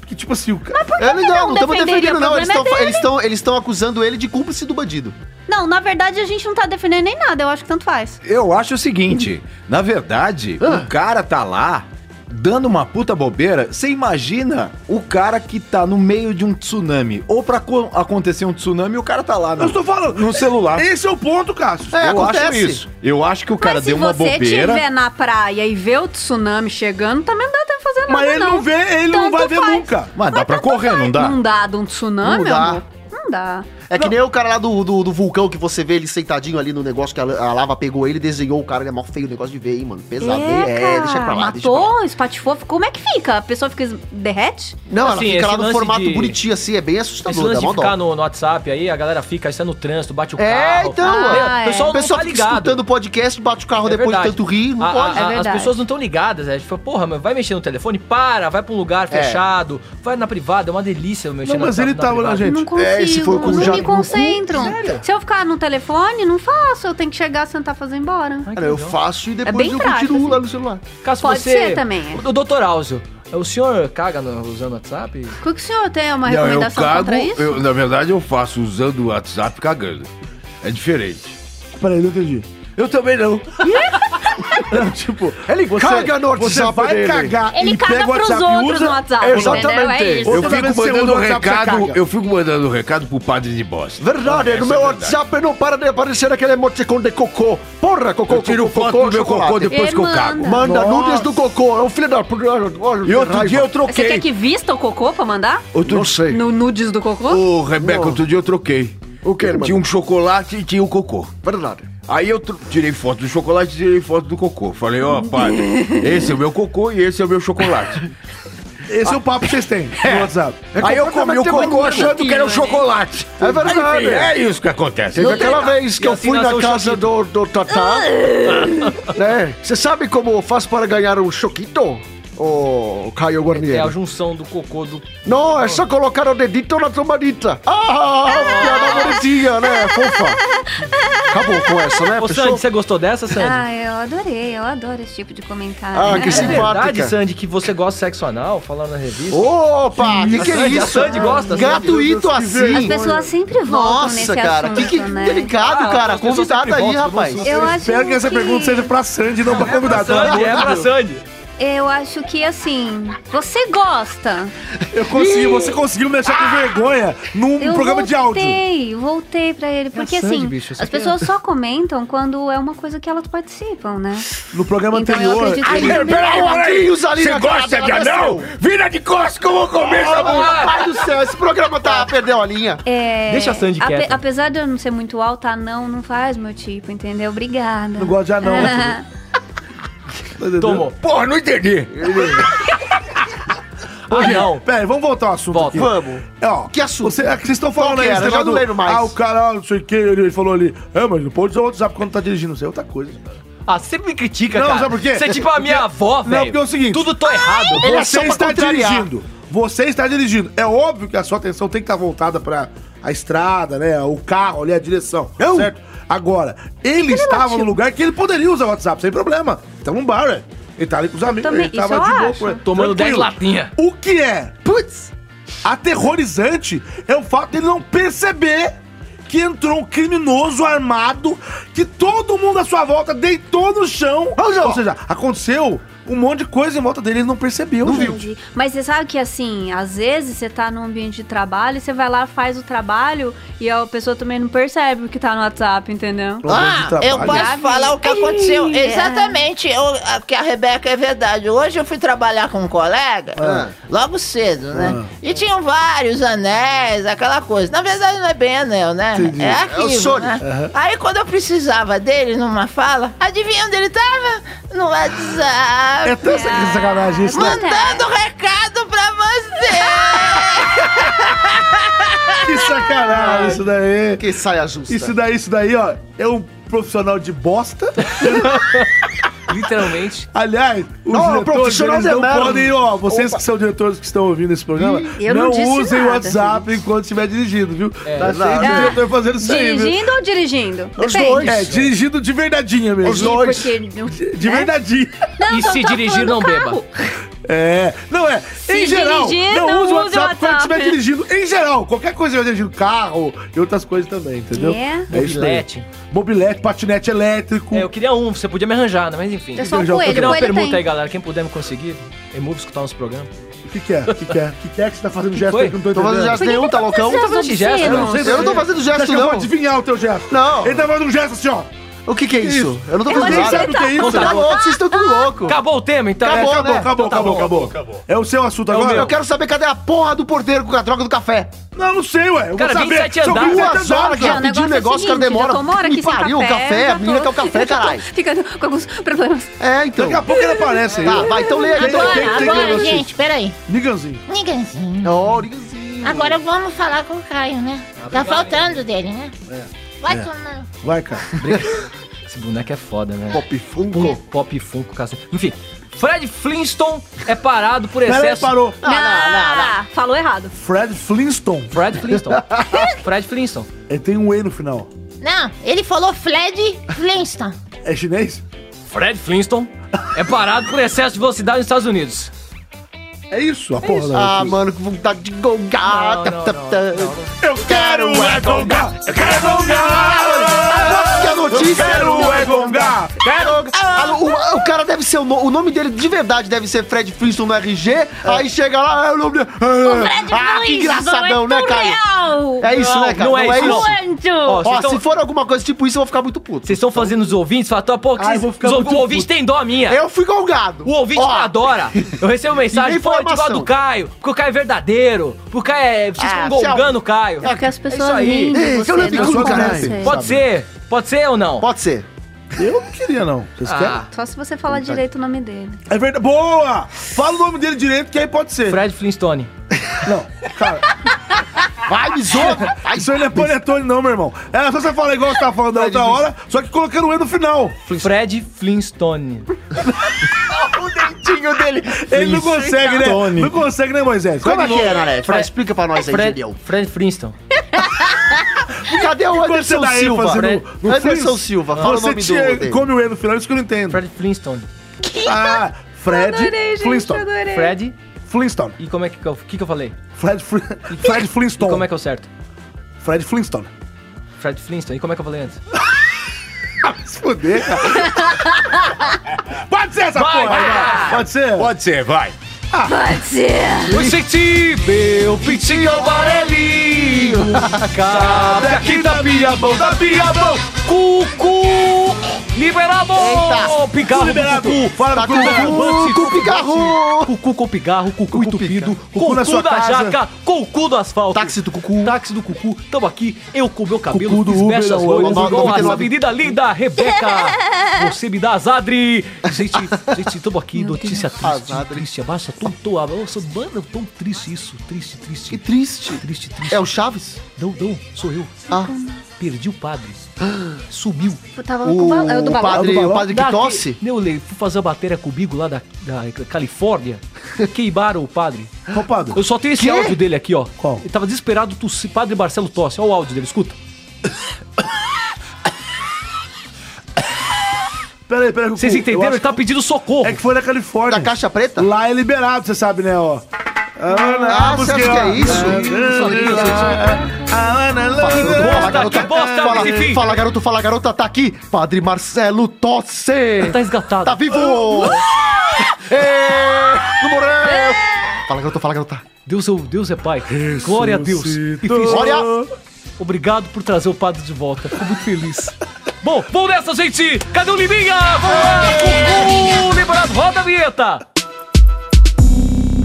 Porque, tipo assim, o cara...
É, não,
não
não estamos
defenderia?
defendendo,
O
não.
problema
Eles
é dele.
estão eles tão, eles tão acusando ele de cúmplice do bandido.
Não, na verdade a gente não tá defendendo nem nada, eu acho que tanto faz.
Eu acho o seguinte, na verdade,
Ah.
o cara tá lá dando uma puta bobeira. Você imagina o cara que tá no meio de um tsunami ou pra co- acontecer um tsunami, o cara tá lá
Eu
no,
estou falando...
no celular.
Esse é o ponto, Cássio.
É,
eu
acontece.
acho isso. Eu acho que o cara
Mas se
deu uma
você
bobeira.
estiver na praia e vê o tsunami chegando, também não dá tempo de fazer nada.
Mas ele não vê, ele não
Tanto
vai ver
faz.
nunca.
Mas dá pra
tanto
[LAUGHS]
correr,
faz.
não dá?
Não dá de um tsunami,
Não
meu
dá.
amor. Não dá.
É que nem o cara lá do, do, do vulcão que você vê ele sentadinho ali no negócio que a, a lava pegou ele, desenhou o cara, ele é mó feio o negócio de ver, hein, mano. Pesado. hein?
É, cara,
é, deixa pra lá. deixa pra lá.
Matou, espatifou, ficou- como é que fica? A pessoa fica derrete?
Não, ela
Assim, esse
fica lá no
lance
formato
de-
bonitinho assim, é bem
Esse
assustador, dá
lance de
mó
ficar
dó.
no, no WhatsApp aí, a galera fica, está no trânsito, bate o
É,
carro.
então,
Meu,
ah,
o
é.
pessoal
O
não
pessoal
tá
fica
ligado.
escutando podcast, bate o carro
É
depois de
verdade. ah.
tanto rir, não
A-
pode.
a-
É
as
verdade.
pessoas não estão ligadas, né? Tipo, porra, meu, vai mexer no telefone, para, vai pra um lugar fechado, vai na privada, é uma delícia mexer
É. Não,
no
mas
na-
ele
na
tá
privada.
lá, gente.
não consigo,
é, se for com
não
já-
me concentro. Se eu ficar no telefone, não faço. Eu tenho que chegar, sentar, fazer e ir embora.
Ai, que
Cara, eu
legal.
faço e depois
bem
eu
prático,
continuo
assim.
lá no celular.
Caso
Pode
você-
ser também, é.
O, o doutor Áuzio, é, o senhor caga no- usando WhatsApp?
O que que o senhor tem? Uma recomendação contra isso?
na verdade eu faço usando o WhatsApp cagando. É diferente.
Peraí, não entendi.
Eu
[LAUGHS]
também não.
Não, tipo,
Ele
você,
caga no
você
WhatsApp
vai
dele.
cagar
Ele
e
caga
pega o
pros
WhatsApp e
outros
usa,
no WhatsApp, entendeu? É isso.
Eu fico mandando recado- eu
fico mandando recado pro padre de bosta.
Verdade, no
é
meu WhatsApp não para de aparecer aquele emoticon de cocô. Porra, cocô,
Eu tiro
cocô,
foto
cocô,
do meu
chocolate.
cocô depois
Ele
que eu
manda.
cago.
Manda nudes do cocô, é um filho da...
E outro dia eu
Você quer
troquei.
que vista o cocô pra mandar?
Outro...
Não sei.
No nudes do cocô?
Ô, Rebeca, outro dia eu troquei.
O quê,
Tinha um chocolate e tinha o cocô.
Verdade.
Aí eu tro- tirei foto do chocolate e tirei foto do cocô. Falei, ó, padre, esse é o meu cocô e esse é o meu chocolate.
Esse é o papo que vocês têm no WhatsApp.
Aí eu comi o cocô
completamente
achando que era o
evoluído, né?
chocolate.
É verdade.
Enfim, é isso que acontece.
Teve aquela vez
E
que eu
assim
fui na
nasceu o
casa do,
[LAUGHS]
do Tatá. né? Você sabe como eu faço para ganhar um choquito? Ô, Caio Guarnieri.
É a junção do cocô do.
Não, é só colocar o dedito na trombadita. Ah, piada bonitinha, né? Fofa. Acabou com essa, né,
É,
Ô, Sandy,
pessoal?
você gostou dessa, Sandy?
Ah, eu adorei, eu adoro esse tipo de comentário.
Ah, que
é verdade,
simpática.
Sandy, que você gosta de sexo anal, falando na revista?
Opa, que que é
Sandy, a
isso?
Sandy gosta, Sandy?
Gratuito
As
assim.
pessoas sempre voltam nesse
Nossa, cara,
assunto,
que, que
né?
delicado,
Ah,
cara.
as pessoas
Convidado
sempre
aí,
voltam no
rapaz.
assunto.
Eu acho
Espero que essa pergunta seja pra Sandy, não pra
Pra
convidado.
Sandy, é pra Sandy.
Eu acho que, assim, você gosta.
Eu consegui, você conseguiu me deixar com vergonha num
Eu
Um programa de áudio. É
voltei, voltei pra ele. Porque,
Sandy,
assim,
bicho, isso
as
aqui é-
pessoas só comentam quando é uma coisa que elas participam, né?
No programa
Então eu
É anterior.
acredito que...
Peraí, peraí,
Ratinhos ali
você
na
gosta
cara
de
dela
anão? Vira de costas que eu vou comer essa
Ah,
mulher!
Pai do céu, esse programa tá perdeu a linha.
É,
Deixa a Sandy
ape-
quieta.
Apesar de eu não ser muito alta, não, não faz meu tipo, entendeu? Obrigada.
Não gosto de anão.
[LAUGHS]
Tomou.
Porra, não entendi.
Ah, não.
Pera, vamos voltar ao assunto
Volta.
aqui.
Vamos.
É, ó,
Que assunto?
Você, é que vocês estão falando
Qual
aí,
que
esse
era? Eu já
negócio
não
do-
lembro mais.
Ah, o cara, não sei o que, ele ele falou ali. É, mas não pode usar o WhatsApp quando tá dirigindo, isso é outra coisa.
Ah, você sempre me critica,
Não,
cara.
sabe por quê?
Você é tipo a minha avó, velho.
porque é o seguinte- Ah,
Tudo tô errado.
Ele é
Você
só pra
está
contrariar.
dirigindo. Você está dirigindo. É óbvio que a sua atenção tem que estar voltada para a estrada, né? O carro ali, a direção. Certo? Agora, ele estava no lugar que ele poderia usar o WhatsApp, sem problema. Tá num bar, né? Ele tá ali com os amigos,
também-
ele tava
isso eu
de boa.
acho.
com ele.
Tomando dez
Tranquilo.
latinha.
O que é
Putz.
aterrorizante é o fato dele não perceber que entrou um criminoso armado que todo mundo à sua volta deitou no chão. Ou seja, aconteceu um monte de coisa em volta dele, ele não percebeu. gente.
Entendi. Mas você sabe que, assim, às vezes você tá num ambiente de trabalho, você vai lá, faz o trabalho e a pessoa também não percebe que tá no WhatsApp, entendeu?
Ah, eu posso falar o que aconteceu. Exatamente. eu- a- que a Rebeca é verdade. Hoje eu fui trabalhar com um colega,
Ah.
logo cedo, né?
Ah.
E tinham vários anéis, aquela coisa. Na verdade, não é bem anel, né?
Entendi.
É
É o
arquivo,
Sony.
né?
Aham.
Aí, quando eu precisava dele numa fala, adivinha onde ele tava? No WhatsApp.
É tão sa- sacanagem isso, né?
Mandando
Tá.
recado pra você.
Que sacanagem isso daí.
Que saia justa.
Isso daí, isso daí, ó, é um profissional de bosta.
Literalmente.
Aliás, os
Não, é um
diretores
profissional
eles
de
não
merda.
podem, ó, vocês
Opa.
que são diretores que estão ouvindo esse programa,
Hum, eu não
não,
disse
usem o
nada,
WhatsApp enquanto estiver dirigindo, viu?
É,
tá cheio
exato.
de
É.
diretor fazendo isso aí, viu?
Dirigindo ou dirigindo?
né? Os
Depende.
dois. É, dirigindo de verdadinha mesmo.
Porque- né? porque- é?
De verdadinha.
Não, E então se tá dirigir, falando não carro.
É. Não é.
Se
em geral,
dirigir,
não
não
use
use o
o WhatsApp quando
WhatsApp.
estiver dirigindo. Em geral, qualquer coisa que eu dirigindo, carro e outras coisas também, entendeu?
É.
isso aí.
Mobilete.
Mobilete, patinete elétrico.
um É, eu queria um, você podia me arranjar, né? Mas enfim.
É só um
Eu já-
coelho,
Eu queria uma
coelho
permuta
tem.
aí, galera. Quem puder me conseguir, remove escutar nosso programas.
O que, que é? O que, que é? O que, que é que você tá fazendo gesto
foi?
aí que eu não tô
Tô
entendendo?
fazendo gesto Por que
um,
nenhum, que tá tá loucão? fazendo Tá fazendo gesto, gesto? não?
sei
Eu não tô
fazer.
fazendo gesto,
Deixa que Eu
não.
vou adivinhar o teu gesto.
Não.
Ele tá fazendo um gesto assim, ó.
O que, que é isso? Eu não tô
Ele
fazendo
nem
nada.
sabe o que é isso.
Tá louco, vocês estão
Ah.
tudo louco.
Acabou o tema, então.
Acabou,
Acabou,
acabou,
né?
acabou,
Então tá
acabou,
bom.
acabou, É o seu assunto
Eu,
agora?
eu quero saber cadê a porra do porteiro com a droga do café.
Não, não sei, ué. Eu
Cara,
vou saber.
27 andares. Duas horas que
Não,
já pedi um negócio, o
seguinte,
cara demora.
Eu tô mora
Me
aqui sem
pariu,
um café, é
café,
já
a menina
tô-
quer o café,
eu já tô
caralho.
Ficando com alguns problemas.
É, então.
Daqui a pouco ele aparece aí.
Tá, vai, então lê aí.
Agora,
Quem- quem- quem
agora,
leu assim?
gente, peraí.
Niganzinho.
Ninguém.
Ó,
Agora vamos falar com o Caio, né? Tá faltando dele, né? Vai
É.
tomar.
Vai, cara.
Esse boneco é foda, né?
Pop Funko.
Pop Funko, cacete. Enfim, Fred Flintstone é parado por
Pera aí,
excesso.
parou.
Ah, Não, Falou errado.
Fred Flintstone.
Fred Flintstone. Fred Flintstone.
Ele tem um E no final.
Não, ele falou Fred Flintstone.
É chinês?
Fred Flintstone é parado por excesso de velocidade nos Estados Unidos.
É isso, a porra
Ah, mano, que vontade de golgar. Tá, tá, tá.
Eu quero é gongar, eu quero gongar.
Que a notícia.
Quero é gongar.
Quero- Ah, o, o cara deve ser o, no- o nome dele de verdade deve ser Fred Flintstone no RG. Aí chega lá, é o nome dele. Ah, que engraçadão, né, cara? É isso,
Não,
né, cara?
não é isso, não.
Quanto?
Ó,
Ó,
vocês
se
tão-
for alguma coisa tipo isso, eu vou ficar muito puto.
vocês estão fazendo os ouvintes falar, pô, que
Ai,
vocês-
vou ficar
os ou-
muito
o ouvinte tem dó minha.
Eu fui golgado.
O ouvinte tá
Ó,
me adora. Eu recebo mensagem,
E
pô, eu te gosto
informação.
do Caio, porque o Caio é verdadeiro, porque o Caio é... Vocês
Ah,
ficam golgando o Caio.
É que as
isso
pessoas
aí.
riem
Ei,
de
que
você,
eu não tenho
não
culpa,
de
né?
você.
Pode ser, pode ser ou não?
Pode ser.
Eu não queria, não. Vocês querem?
Ah,
Só se você falar direito o nome dele.
É verdade. Boa! Fala o nome dele direito, que aí pode ser.
Fred Flintstone.
Não, cara.
Vai, me zoa.
[LAUGHS]
Vai,
Isso aí não é panetone, não, meu irmão. É só você falar igual você tava falando da outra hora, só que colocando o E no final.
Fred Flintstone.
o dentinho dele.
Ele não consegue, né?
Tony.
Não consegue, né, Moisés?
Como é
Fala
que
de
é,
novo.
Nané? Vai, explica pra nós aí,
Fred,
Gideon.
Fred Flintstone.
Cadê o
Quando você
Anderson
dá
é? Silva? Né?
ênfase
Fred-
no, no
Anderson
Flintstone,
é Silva, fala o
você
nome do
tira-
dele.
come o E no final, isso que eu não entendo.
Fred Flintstone.
Ah, Fred
Adorei, gente,
Flintstone.
adorei.
Fred...
Flintstone.
E como é que eu... O que que eu falei?
Fred, Fri- Fred Flintstone.
E como é que eu certo?
Fred Flintstone.
Fred Flintstone. E como é que eu falei antes?
Se fuder, cara. Pode ser essa
Vai,
porra.
vai,
vai. Pode ser.
Pode ser, vai.
Pode ser.
Oi, senti meu pintinho amarelinho. Cabe aqui da pia bom, da pia bom. Cucu, liberado.
Eita.
Pigarro,
Liberado.
cucu. Tá
Fala do
Cucu, com pigarro.
Cucu com pigarro, cucu entupido,
Cucu
cucu
na sua
da
casa.
jaca, cucu do asfalto.
Táxi do cucu.
Táxi do cucu, tamo aqui, eu com meu cabelo,
Cucu do
fiz
Uber,
mechas
não,
loiras,
não, não,
igual as
99.
avenida linda, Rebeca, você me dá azadre. Gente, gente, tamo aqui, notícia triste,
Azadre.
triste, abaixa tudo, tô, nossa, mano, tão triste isso, triste, triste.
Que triste.
Triste, triste.
É o Chaves?
Não, não, sou eu.
Ah.
Perdi o padre. [GASPS] Sumiu.
Eu Tipo, tava com é o balão. Eu do
o
balão.
padre, o padre que
Daqui-
tosse?
Meu lei, fui fazer a matéria comigo lá da, da Califórnia. Queimaram o padre.
Roupado.
Eu só tenho esse áudio dele aqui, ó.
Qual?
Ele tava desesperado, tossindo. Padre Marcelo tosse. Olha o áudio dele, escuta.
Peraí, peraí.
Vocês
Cucu, eu
entenderam?
acho
Ele tava pedindo socorro.
É que foi na Califórnia.
Da caixa preta?
Lá é liberado, você sabe, né, ó.
Ah, você acha que é isso?
Bosta,
Fala,
que bosta,
fala,
mas enfim.
fala, garoto, fala, garota, tá aqui. Padre Marcelo Tosse.
Tá resgatado.
Tá vivo! Não morreu! Fala, garota, fala, garota.
Deus, é o- Deus é Pai. Glória a Deus. E fiz
Glória!
Obrigado por trazer o padre de volta. Fico muito feliz. [LAUGHS] Bom, vamos nessa, gente! Cadê o Liminha? Vamos lá! Gugu, Liberado, roda a vinheta!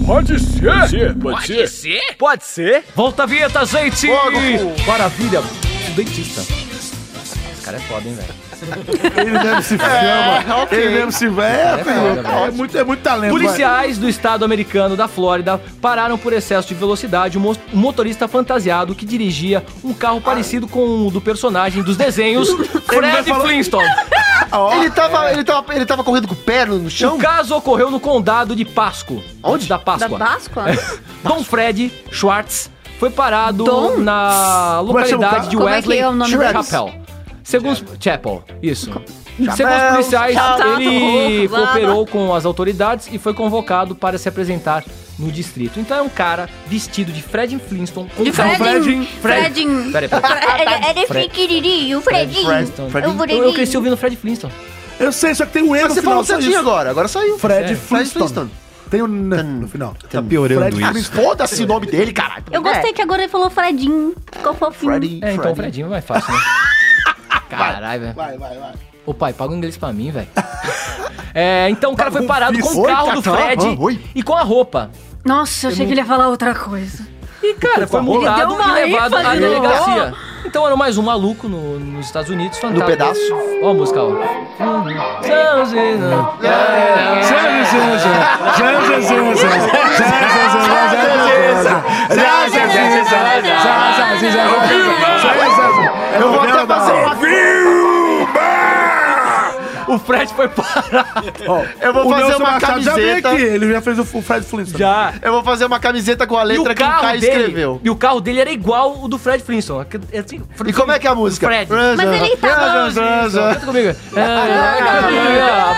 Pode ser,
Pode ser. Pode ser? Volta a vinheta, gente! Maravilha! Dentista. Esse cara é foda, hein, velho?
Ele mesmo se chama. Ele mesmo se
Cara,
vai.
é
É,
foda,
filho,
velho.
é muito, é muito talento.
Policiais do estado americano da Flórida pararam por excesso de velocidade um mo- um motorista fantasiado que dirigia um carro parecido com o do personagem dos desenhos Fred Flintstone.
ele, tava, ele, tava, ele tava correndo com o pé no chão?
O caso ocorreu no condado de Pasco. Onde? Da Páscoa.
Da Páscoa?
Dom Fred Schwartz foi parado
Dom?
na
Como é que chama o
localidade
cara?
de
Como é
Wesley
que é o nome dele?
Chapel. Segundo os- Chapel, isso. Segundo os
Chapel,
policiais,
Chapel.
ele
Chapel.
cooperou com as autoridades e foi convocado para se apresentar no distrito. Então é um cara vestido de Fred Flintstone com
De
carro-
Então, [LAUGHS] Fredin.
Fred-
Fredin.
Peraí, peraí.
Era
é
assim, querido, o Fredinho.
Fred-
Eu vou
Eu, eu cresci ouvindo Fred Flintstone.
Eu sei, só que tem um erro
Mas
no
você
final.
falou
só
certinho
isso.
agora, agora saiu.
É, Fred
Fred
Flintstone. Tem um n- no final.
Tá
piorando isso.
Foda-se o nome dele, caralho.
Eu gostei que agora ele falou Fredinho. Ficou fofinho.
Freddy,
É, então o
Freddy.
Fredinho vai fácil, né? Caralho, velho.
Vai, vai, vai.
Ô pai, paga o inglês pra mim, velho. [LAUGHS] É, então
Tá
o cara foi parado com o
Oi,
carro do
Cacá.
Fred
Ah, oi.
e com a roupa.
Nossa, eu achei que ele ia falar outra coisa.
E, cara, foi
favor.
multado
Ele deu uma
e levado à
ênfase
né?
no-
delegacia. Então era mais um maluco no- nos Estados Unidos, fantástico.
pedaço.
Ó a música, ó.
É.
É
Eu vou
até fazer uma-
O Fred foi parado.
Eu vou
O
fazer
Nelson
uma
Machado já veio
camiseta.
aqui. Ele já fez o F- Fred Flintstone.
Já.
Eu vou fazer uma camiseta com a
E o,
letra que o
carro
Caio
dele,
escreveu.
e o carro dele era igual o do Fred Flintstone. É assim, Fred
E como é que é a música?
Fred.
Mas ele
É,
tá longe.
Franja.
Canta comigo.
Ah,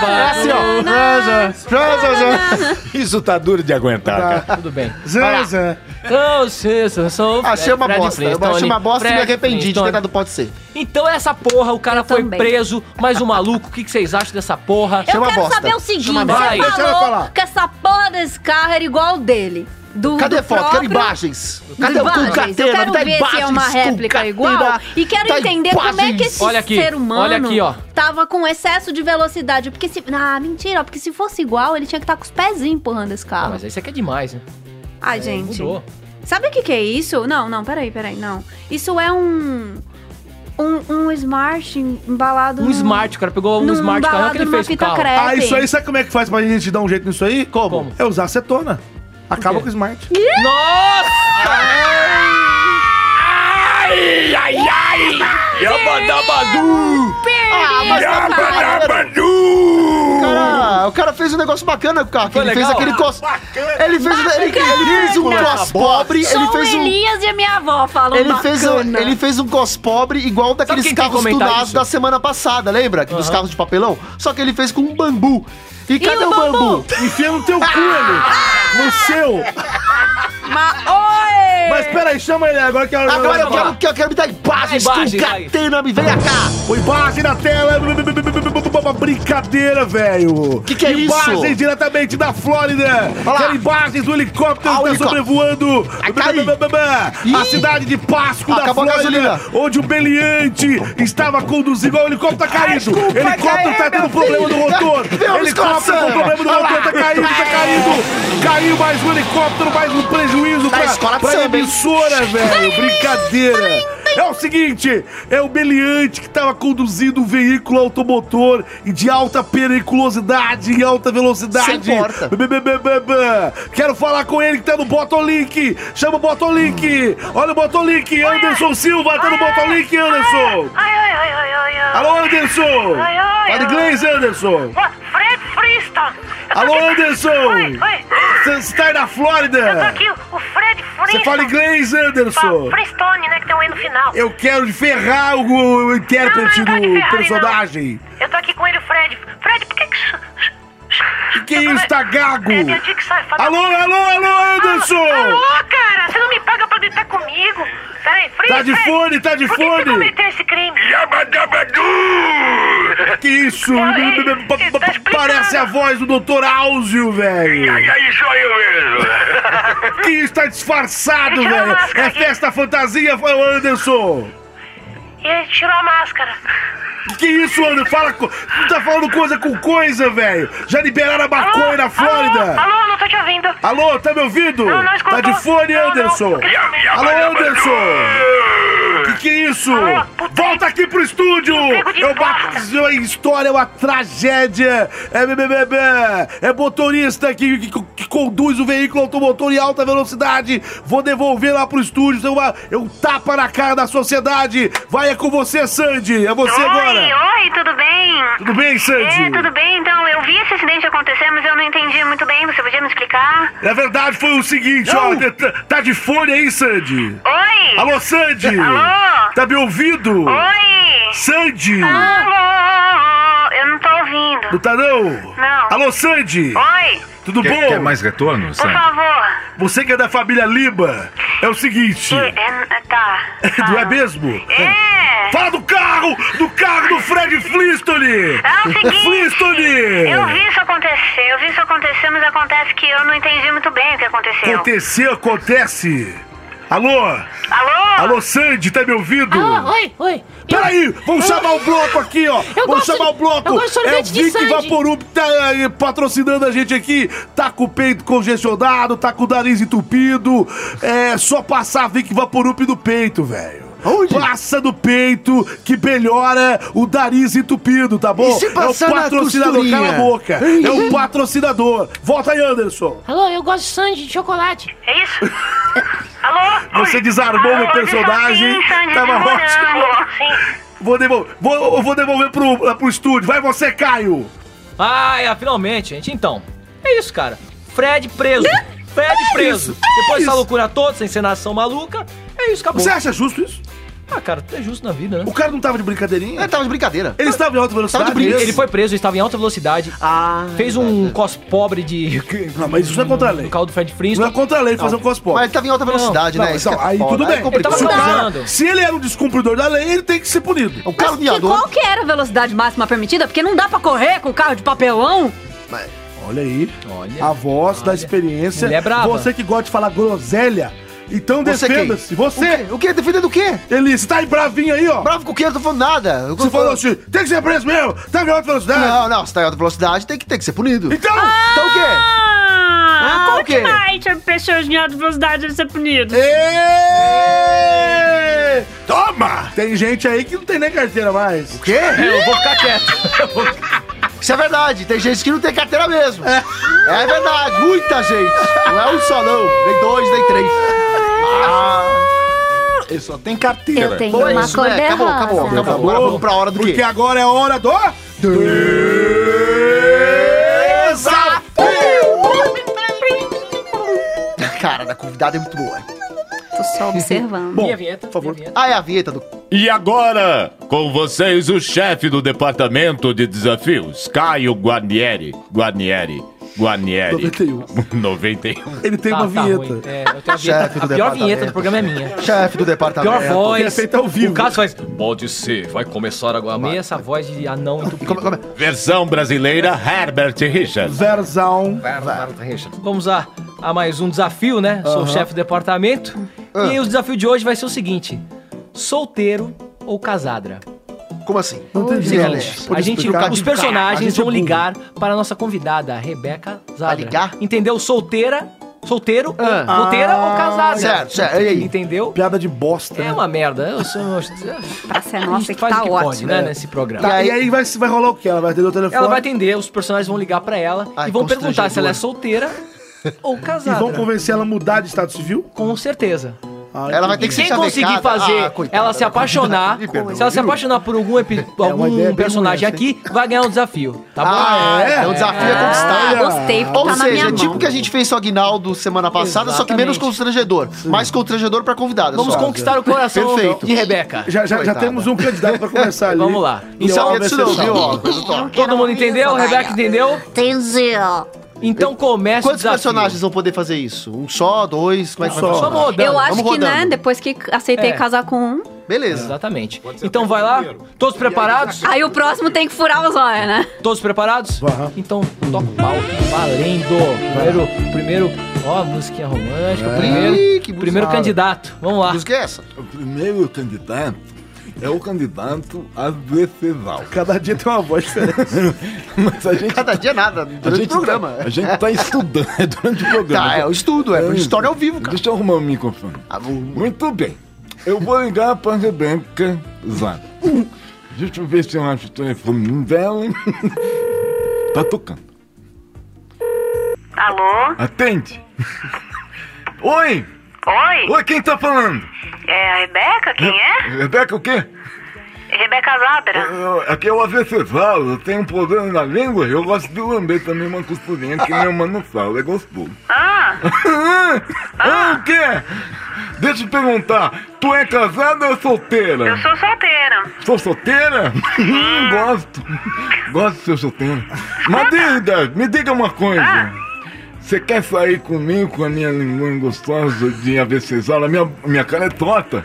É
Assim, ó. Franja. Franja.
Isso tá duro de aguentar, cara.
Tudo bem.
Zanza.
Eu sei, eu sou o
Ah, Achei uma
Fred
bosta. Eu
Flintstone.
achei uma bosta e me
Fred
arrependi de
Flintstone.
ter dado pode ser.
Então essa porra, o cara
Eu
foi
também.
preso, mais um maluco. O que que vocês acham dessa porra?
Eu
Chama
quero
bosta.
saber o seguinte:
Chama bosta. Vai,
você
deixa
ela
falou
falar.
que essa porra desse carro era igual ao dele. Do,
Cadê
do
foto? Quero
próprio-
imagens. Cadê o
imagens.
Concatena?
Eu quero
Tá
ver se é uma
imagens,
réplica
Concatena.
igual. E quero
Tá
entender como é que
imagens.
esse
Olha aqui,
ser humano
olha aqui, ó.
tava com excesso de velocidade. Porque se. Ah, mentira, porque se fosse igual, ele tinha que estar com os pezinhos empurrando esse
Ah,
carro.
mas isso aqui é demais, né?
Ai, gente.
Mudou.
Sabe o que, que é isso? Não, não, peraí, peraí, não. Isso é um. Um, um smart embalado.
Um
num-
smart, o cara pegou um
num
smart carrão que
embalado
ele
numa
fez com o
fita
carro.
crepe.
Ah, isso aí, sabe como é que faz pra gente dar um jeito nisso aí? Como?
Como?
É usar acetona. Acaba com o smart.
Nossa!
Ai, ai, ai! Yabadabadu!
Ah, mas tá bacana.
Yabadabadu!
Cara, o cara fez um negócio bacana com o carro. que
Foi
Ele
legal? Ah,
fez aquele cos... Ele fez, ele, ele fez um cos pobre,
Só
ele fez
o
um...
Elias e a minha avó falam
Ele
bacana.
fez,
[LAUGHS]
um, ele fez um cos pobre igual daqueles
quem tem que
carros
comentar
tunados
isso?
da semana passada, lembra? Que Dos carros de papelão. Só que ele fez com um bambu. E, cadê
o
o bambu?
Enfia no teu cu, ele. No seu.
Oi!
Mas peraí, chama ele agora que é hora-
Agora eu
Vamos lá.
quero, que eu quero me dar imagens.
Dá imagens, vai.
Concatena, me vem cá.
Foi base na tela. Brincadeira, velho.
Que que é isso?
Imagens diretamente da Flórida.
Olha lá.
Quero imagens do helicóptero
Ah, o
que está
helicóptero.
sobrevoando
Ai, tá cai.
a cidade de Pasco da
Ah, Acabou a
Flórida,
gasolina.
onde o Beliante estava conduzindo. Ó, O helicóptero tá caído. helicóptero tá tendo problema do rotor.
Vem uma
Helicóptero com
escoçana.
problema do rotor. Tá caído, tá caído. Caiu mais um helicóptero, mais um prejuízo
Da escola
pra,
de
pra
samba, hein?
emissora, velho. Brincadeira. É o seguinte, é o Beliante que estava conduzindo um veículo automotor e de alta periculosidade e alta velocidade.
Sem porta.
Bê, bê, bê, bê, bê. Quero falar com ele que tá no Botolink. Chama o Botolink. Olha o Botolink. Anderson Silva tá no Botolink, Anderson.
[LAUGHS] Ai, ai, ai, ai, ai, ai.
Alô, Anderson.
Ai, ai,
Fala
ai.
inglês, Anderson.
Ó, Fred Freestone. Eu tô
Alô,
aqui-
Anderson.
Oi, oi.
Você tá aí na
Eu tô
Flórida?
aqui, o Fred Freestone.
Você fala inglês,
Fala
Anderson?
Freestone, né, que tem um E no final.
Eu quero ferrar o, o intérprete
Não, não, não,
do
não,
personagem.
Eu tô aqui com ele, o Fred. Fred, por que que...
Que isso, tá gago?
É minha dicção, é foda.
Alô, alô, alô,
Alô,
Anderson!
cara, você não me paga pra gritar comigo. Peraí, Fred,
Tá de
Fred,
fone, tá de
Por que você
fone?
cometeu esse crime?
Jabadabadu! Que isso?
tá
Parece a voz do Dr. Áuzio, velho.
sou eu mesmo.
[LAUGHS] Que isso? Tá disfarçado,
Tira a
velho.
máscara,
É festa fantasia, foi o Anderson.
Ele tirou a máscara.
Que isso, Anderson? Fala co... Tu tá falando coisa com coisa, velho. Já liberaram a
Ah,
maconha na Flórida.
Alô, alô, não tô te ouvindo.
Alô, tá me ouvindo?
Não, não escutou.
tá de fone,
Não, não.
Anderson? Alô, Anderson! Que que é isso? Volta aqui pro estúdio! Eu bato a história, é uma tragédia! É, be- be- be- be- é motorista que, que- que conduz o veículo automotor em alta velocidade. Vou devolver lá pro estúdio. Isso é uma- é um tapa na cara da sociedade. Vai, é com você, Sandy. É você
oi,
agora.
oi, tudo bem?
Tudo bem, Sandy?
É, tudo bem. Então, eu vi esse acidente acontecer, mas eu não entendi muito bem. Você podia me explicar?
Na verdade, foi o seguinte, ó. tá- Tá de fone aí, Sandy?
Oi!
Alô, Sandy!
Alô?
Tá me ouvindo?
Oi! Ah.
Sandy!
Alô! Eu não tô ouvindo.
Não tá não?
Não.
Alô, Sandy!
Oi!
Tudo
Quer-
bom?
Quer mais retorno,
Por
Sandy?
favor.
Você que é da família Lima, é o seguinte,
É, é, tá.
[LAUGHS] não é mesmo?
É!
Fala do carro! Do carro do Fred Flintstone!
É o seguinte,
[LAUGHS] Flintstone!
Eu vi isso acontecer, eu vi isso acontecer, mas acontece que eu não entendi muito bem o que aconteceu.
Aconteceu, acontece! Alô?
Alô?
Alô, Sandy, tá me ouvindo?
Ah, oi, oi.
Peraí, vamos chamar o bloco aqui, ó.
Eu
vamos
gosto
chamar
de-
o bloco.
eu gosto de
é o
sorvete de
Vic
Sandy.
Vaporup que tá eh, patrocinando a gente aqui. Tá com o peito congestionado, tá com o nariz entupido. É só passar Vic Vaporup no peito, velho. Passa no peito que melhora o nariz entupido, tá bom?
E se passar
é o
na
patrocinador,
costurinha?
cala a boca. É o patrocinador. Volta aí, Anderson.
Alô, eu gosto de Sandy de chocolate.
É
[LAUGHS]
isso? Alô?
Você desarmou meu personagem. Tava ótimo. Vou devolver, vou, eu vou devolver pro, eh, pro estúdio. Vai você, Caio.
Ah, é, finalmente, gente. Então, é isso, cara. Fred preso.
Né? É
Fred preso. Depois dessa loucura toda, essa encenação maluca, é isso, acabou.
Você acha justo isso?
Ah, cara, é justo na vida, né?
O cara não tava de brincadeirinha?
Ele tava de brincadeira.
Ele estava em alta velocidade?
Tava de brinco.
Ele foi preso, estava em alta velocidade.
Ah.
Fez um cos pobre de.
Não, mas isso não é contra a lei.
No caldo do Fred Freeze.
Não é contra a lei fazer um cosplay.
Mas ele tava em alta velocidade,
Não,
né?
mas
Isso que
então,
é
aí
foda.
tudo bem.
Aí é complicado.
Ele
se, o
tava
cara-
usando.
se ele era um descumpridor da lei, ele tem que ser punido.
O um carro
Que
viador.
qual que era a velocidade máxima permitida? Porque não dá pra correr com o carro de papelão.
Olha aí.
Olha.
A voz da experiência.
Mulher brava.
Você que gosta de falar groselha, então
Você
defenda-se.
O
Você,
quê? O quê? Defender do quê?
Eli, você tá aí bravinho aí, ó.
Bravo com o quê? Eu não tô falando nada. Eu-
Você falou assim, tem que ser preso mesmo, tá em alta velocidade.
Não, não. Se tá em alta velocidade, tem que, tem que ser punido.
Então,
Então o quê?
Ah,
Ah, o quê?
pessoas em alta velocidade devem ser punidas.
Ê! Toma! Tem gente aí que não tem nem carteira mais.
O quê?
É, eu vou ficar quieto.
Isso é verdade, tem gente que não tem carteira mesmo. É, verdade, muita gente. Não é um só, não. Nem dois, nem três. Ah,
Ele só tem carteira.
Eu tenho
bom, é
uma
isso, né?
cor de
Acabou, acabou, acabou.
rosa.
Agora vamos pra hora do
Porque
quê?
agora é hora do.
Cara, da convidada é muito boa.
Tô só observando.
Minha vinheta, por favor. Minha vinheta.
Ah, é a vinheta do...
E agora, com vocês, o chefe do departamento de desafios, Caio Guarnieri. Guarnieri. Guarnieri.
91.
[LAUGHS] 91.
Ele tem
Tá,
uma
tá
vinheta.
ruim. É, eu tenho a vinheta.
Chefe do
A pior vinheta
departamento.
do programa é minha.
Chefe do departamento.
Pior voz.
é feita ao vivo.
O caso faz. Pode ser, vai começar agora. Amei essa voz de anão entupido.
Como- como é?
Versão brasileira, Herbert Richards.
Versão.
Vamos a, a mais um desafio, né? Sou o chefe do departamento. E
Ah.
aí, o desafio de hoje vai ser o seguinte: solteiro ou casadra?
Como assim?
Não entendi.
Sim,
Não.
Alex.
Seguinte,
Pode
a gente,
explicar?
os
A gente
personagens
é
vão
burro.
ligar para a nossa convidada, a Rebeca Zadra.
Vai ligar?
Entendeu? Solteira, solteiro,
Ah.
ou, solteira ou casada.
Certo, certo. E aí?
Entendeu?
Piada de bosta.
É
né?
uma merda. Eu sou...
Pra ser
a
nossa
gente
que
faz
tá
o que
ótimo.
pode,
É.
né, nesse programa.
Tá, e aí vai, vai rolar o quê? Ela vai atender o telefone.
Ela vai atender, os personagens vão ligar pra ela
Ai,
e vão perguntar
constrangedor.
se ela é
[LAUGHS]
solteira ou
E
casada.
vão convencer ela a mudar de estado civil?
Com certeza.
Ah,
Ela vai ter
E
que ser
quem conseguir
chavecada.
fazer
Ah, coitada.
ela se
[LAUGHS]
apaixonar,
Ih, perdão,
se ela se
viu? É
apaixonar por algum, epi-
uma ideia
algum
bem
personagem
ruim essa,
aqui, vai ganhar um desafio, tá bom?
Ah, é? Então o desafio é
Ah,
conquistar.
gostei. Tá
Ou
na minha
seja,
mão.
tipo o que a gente fez com o Aguinaldo semana passada, só que menos
Exatamente.
constrangedor. Mais constrangedor pra convidada.
Vamos
só.
conquistar o coração
Perfeito.
de Rebeca.
Já, já, já
Coitada.
temos um candidato pra
[LAUGHS]
começar ali.
Vamos lá.
E
Isso é
ela
um
vai ser
absurdo, viu?
chata.
Ó,
[LAUGHS]
coisa top.
Todo mundo entendeu? Rebeca entendeu?
Entendi.
Então começa o
Quantos
desafio.
personagens vão poder fazer isso? Um só, dois? Como é que vai
Só
só.
funcionar?
rodando.
Eu acho
Vamos
que,
rodando.
né, depois que aceitei
É.
casar com um,
Beleza.
Exatamente. Então vai lá, todos preparados?
Aí o próximo tem que furar os olhos, né?
Todos preparados? Então toca o pau, valendo! Primeiro, primeiro, ó, musiquinha romântica,
É. Ih,
primeiro,
que música
primeiro
rara.
candidato, vamos lá.
Música é essa?
O primeiro candidato é o candidato a decisão.
Cada dia tem uma voz diferente.
[LAUGHS] Mas a gente,
Cada dia nada, durante o programa.
Tá, a gente tá estudando, [LAUGHS] é durante o programa.
Tá, é o estudo, é história
ao vivo, cara. Deixa eu arrumar o microfone. Muito bem. Eu vou ligar pra Rebeca Zara. Deixa eu ver se eu acho o telefone dela. [LAUGHS] Tá tocando.
Alô?
Atende. [LAUGHS] Oi!
Oi?
Oi, quem tá falando?
É a Rebeca? Quem é?
Rebeca o quê?
Rebeca Zabra.
Eu- Aqui é o avessesal, eu tenho um problema na língua, eu gosto de lamber também uma costurinha que minha mano fala, é gostoso.
Ah,
[LAUGHS] ah, o quê? Deixa eu te perguntar, tu é casada ou solteira?
eu sou solteira.
Sou solteira? Hum, gosto. Gosto de ser solteira. Mas diga, me diga uma coisa. Você quer sair comigo com a minha linguinha gostosa de ABCzal? A minha, minha cara é torta.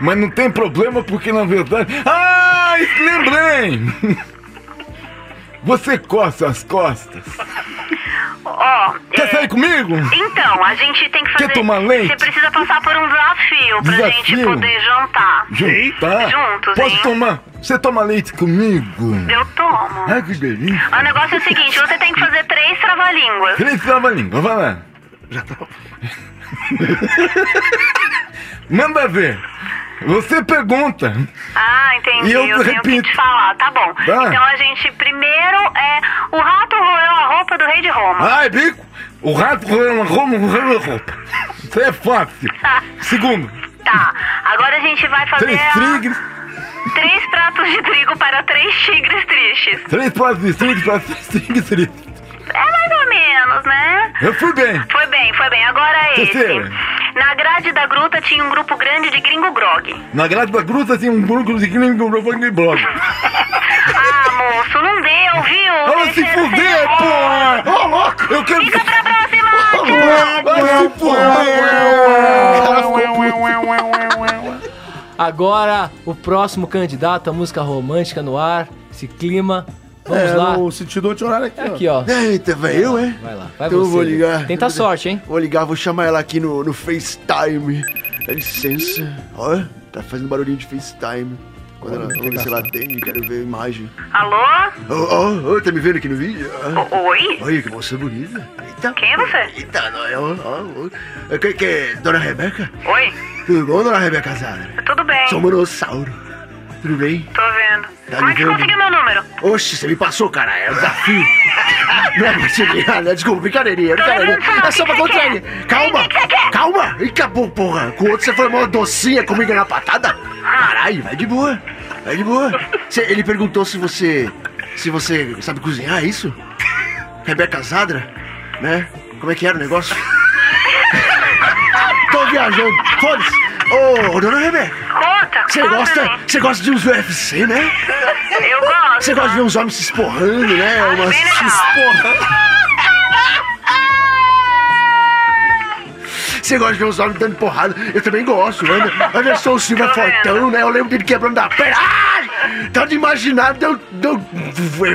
Mas não tem problema porque na verdade. Ah, isso lembrei! Você coça as costas.
Ó, é,
Quer sair comigo?
então, a gente tem que
Quer
fazer.
tomar leite?
Você precisa passar por um desafio pra gente
Desafio?
poder jantar.
Juntar?
Juntos,
Posso
hein?
tomar? Você toma leite comigo?
Eu tomo.
Ai, que delícia.
O negócio é o seguinte, você tem que fazer três trava-línguas.
Três trava-língua, vai lá. Manda ver. Você pergunta.
Ah, entendi.
E eu
tenho que
repito.
te falar, tá bom.
Tá.
Então a gente primeiro é. O rato roeu a roupa do rei de Roma.
Ai, bico. O rato roeu uma roupa, roeu uma roupa. Isso é fácil. Segundo,
Tá. Agora a gente vai fazer
três
a-
tigres,
três pratos de trigo para três tigres tristes.
três pratos de tigres, pratos de tigres, tigres.
É mais ou menos, né?
Eu fui bem.
Foi bem, foi bem. Agora é
Terceira.
esse. Na grade da gruta tinha um grupo grande de gringo grog.
Na grade da gruta tem um grupo de crime com de blog.
Ah, moço, não deu, viu?
Vamos se
Terceiro
fuder,
sem-
porra! Ô, louco! Eu quero... Fica pra próxima! Vai se fuder!
Agora, o próximo candidato, a música romântica no ar, esse clima. Vamos
É,
lá.
no sentido anti-horário aqui,
É aqui, ó.
Eita, vai eu, é?
Vai lá, vai
então
você.
eu vou ligar.
Tenta a sorte, hein?
Vou ligar, vou chamar ela aqui no, no FaceTime. Dá licença. Ó, tá fazendo barulhinho de FaceTime. Quando ela, vamos ver se ela atende, quero ver a imagem.
Alô?
Ô, ô, ô, tá me vendo aqui no vídeo? Ah.
Oi?
Olha que moça bonita. Então,
Quem é você?
Eita, não, é ó, ó, ó. Que, que é, Dona Rebeca?
Oi?
Tudo bom, Dona Rebeca Zara?
Tudo bem?
Sou um monossauro. Tudo bem?
Tô vendo.
Tá
Como é que
ligando?
você conseguiu meu número?
Oxe, você me passou, cara. É um desafio. não é brincadeira, né? Desculpa, brincadeirinha, brincadeirinha. É só pra contrair. Calma, calma. E acabou, porra. Com o outro você foi mó docinha comigo na patada. Caralho, vai de boa. Vai de boa. Cê- ele perguntou se você. Se você sabe cozinhar, é isso? Rebeca Zadra? Né? Como é que era o negócio? [LAUGHS] Tô viajando. Foda-se. Ô, dona Rebeca.
Conta,
Você
conta
gosta,
pra mim.
você gosta de uns UFC, né?
Eu gosto.
Você gosta de ver uns homens se esporrando,
Ah,
né? Umas
bem
se
legal.
esporrando. Você gosta de ver os homens dando porrada? Eu também gosto. O Ander- Anderson Silva é fortão, né? Eu lembro dele quebrando a perna. Ai! Tá de imaginar, deu. deu.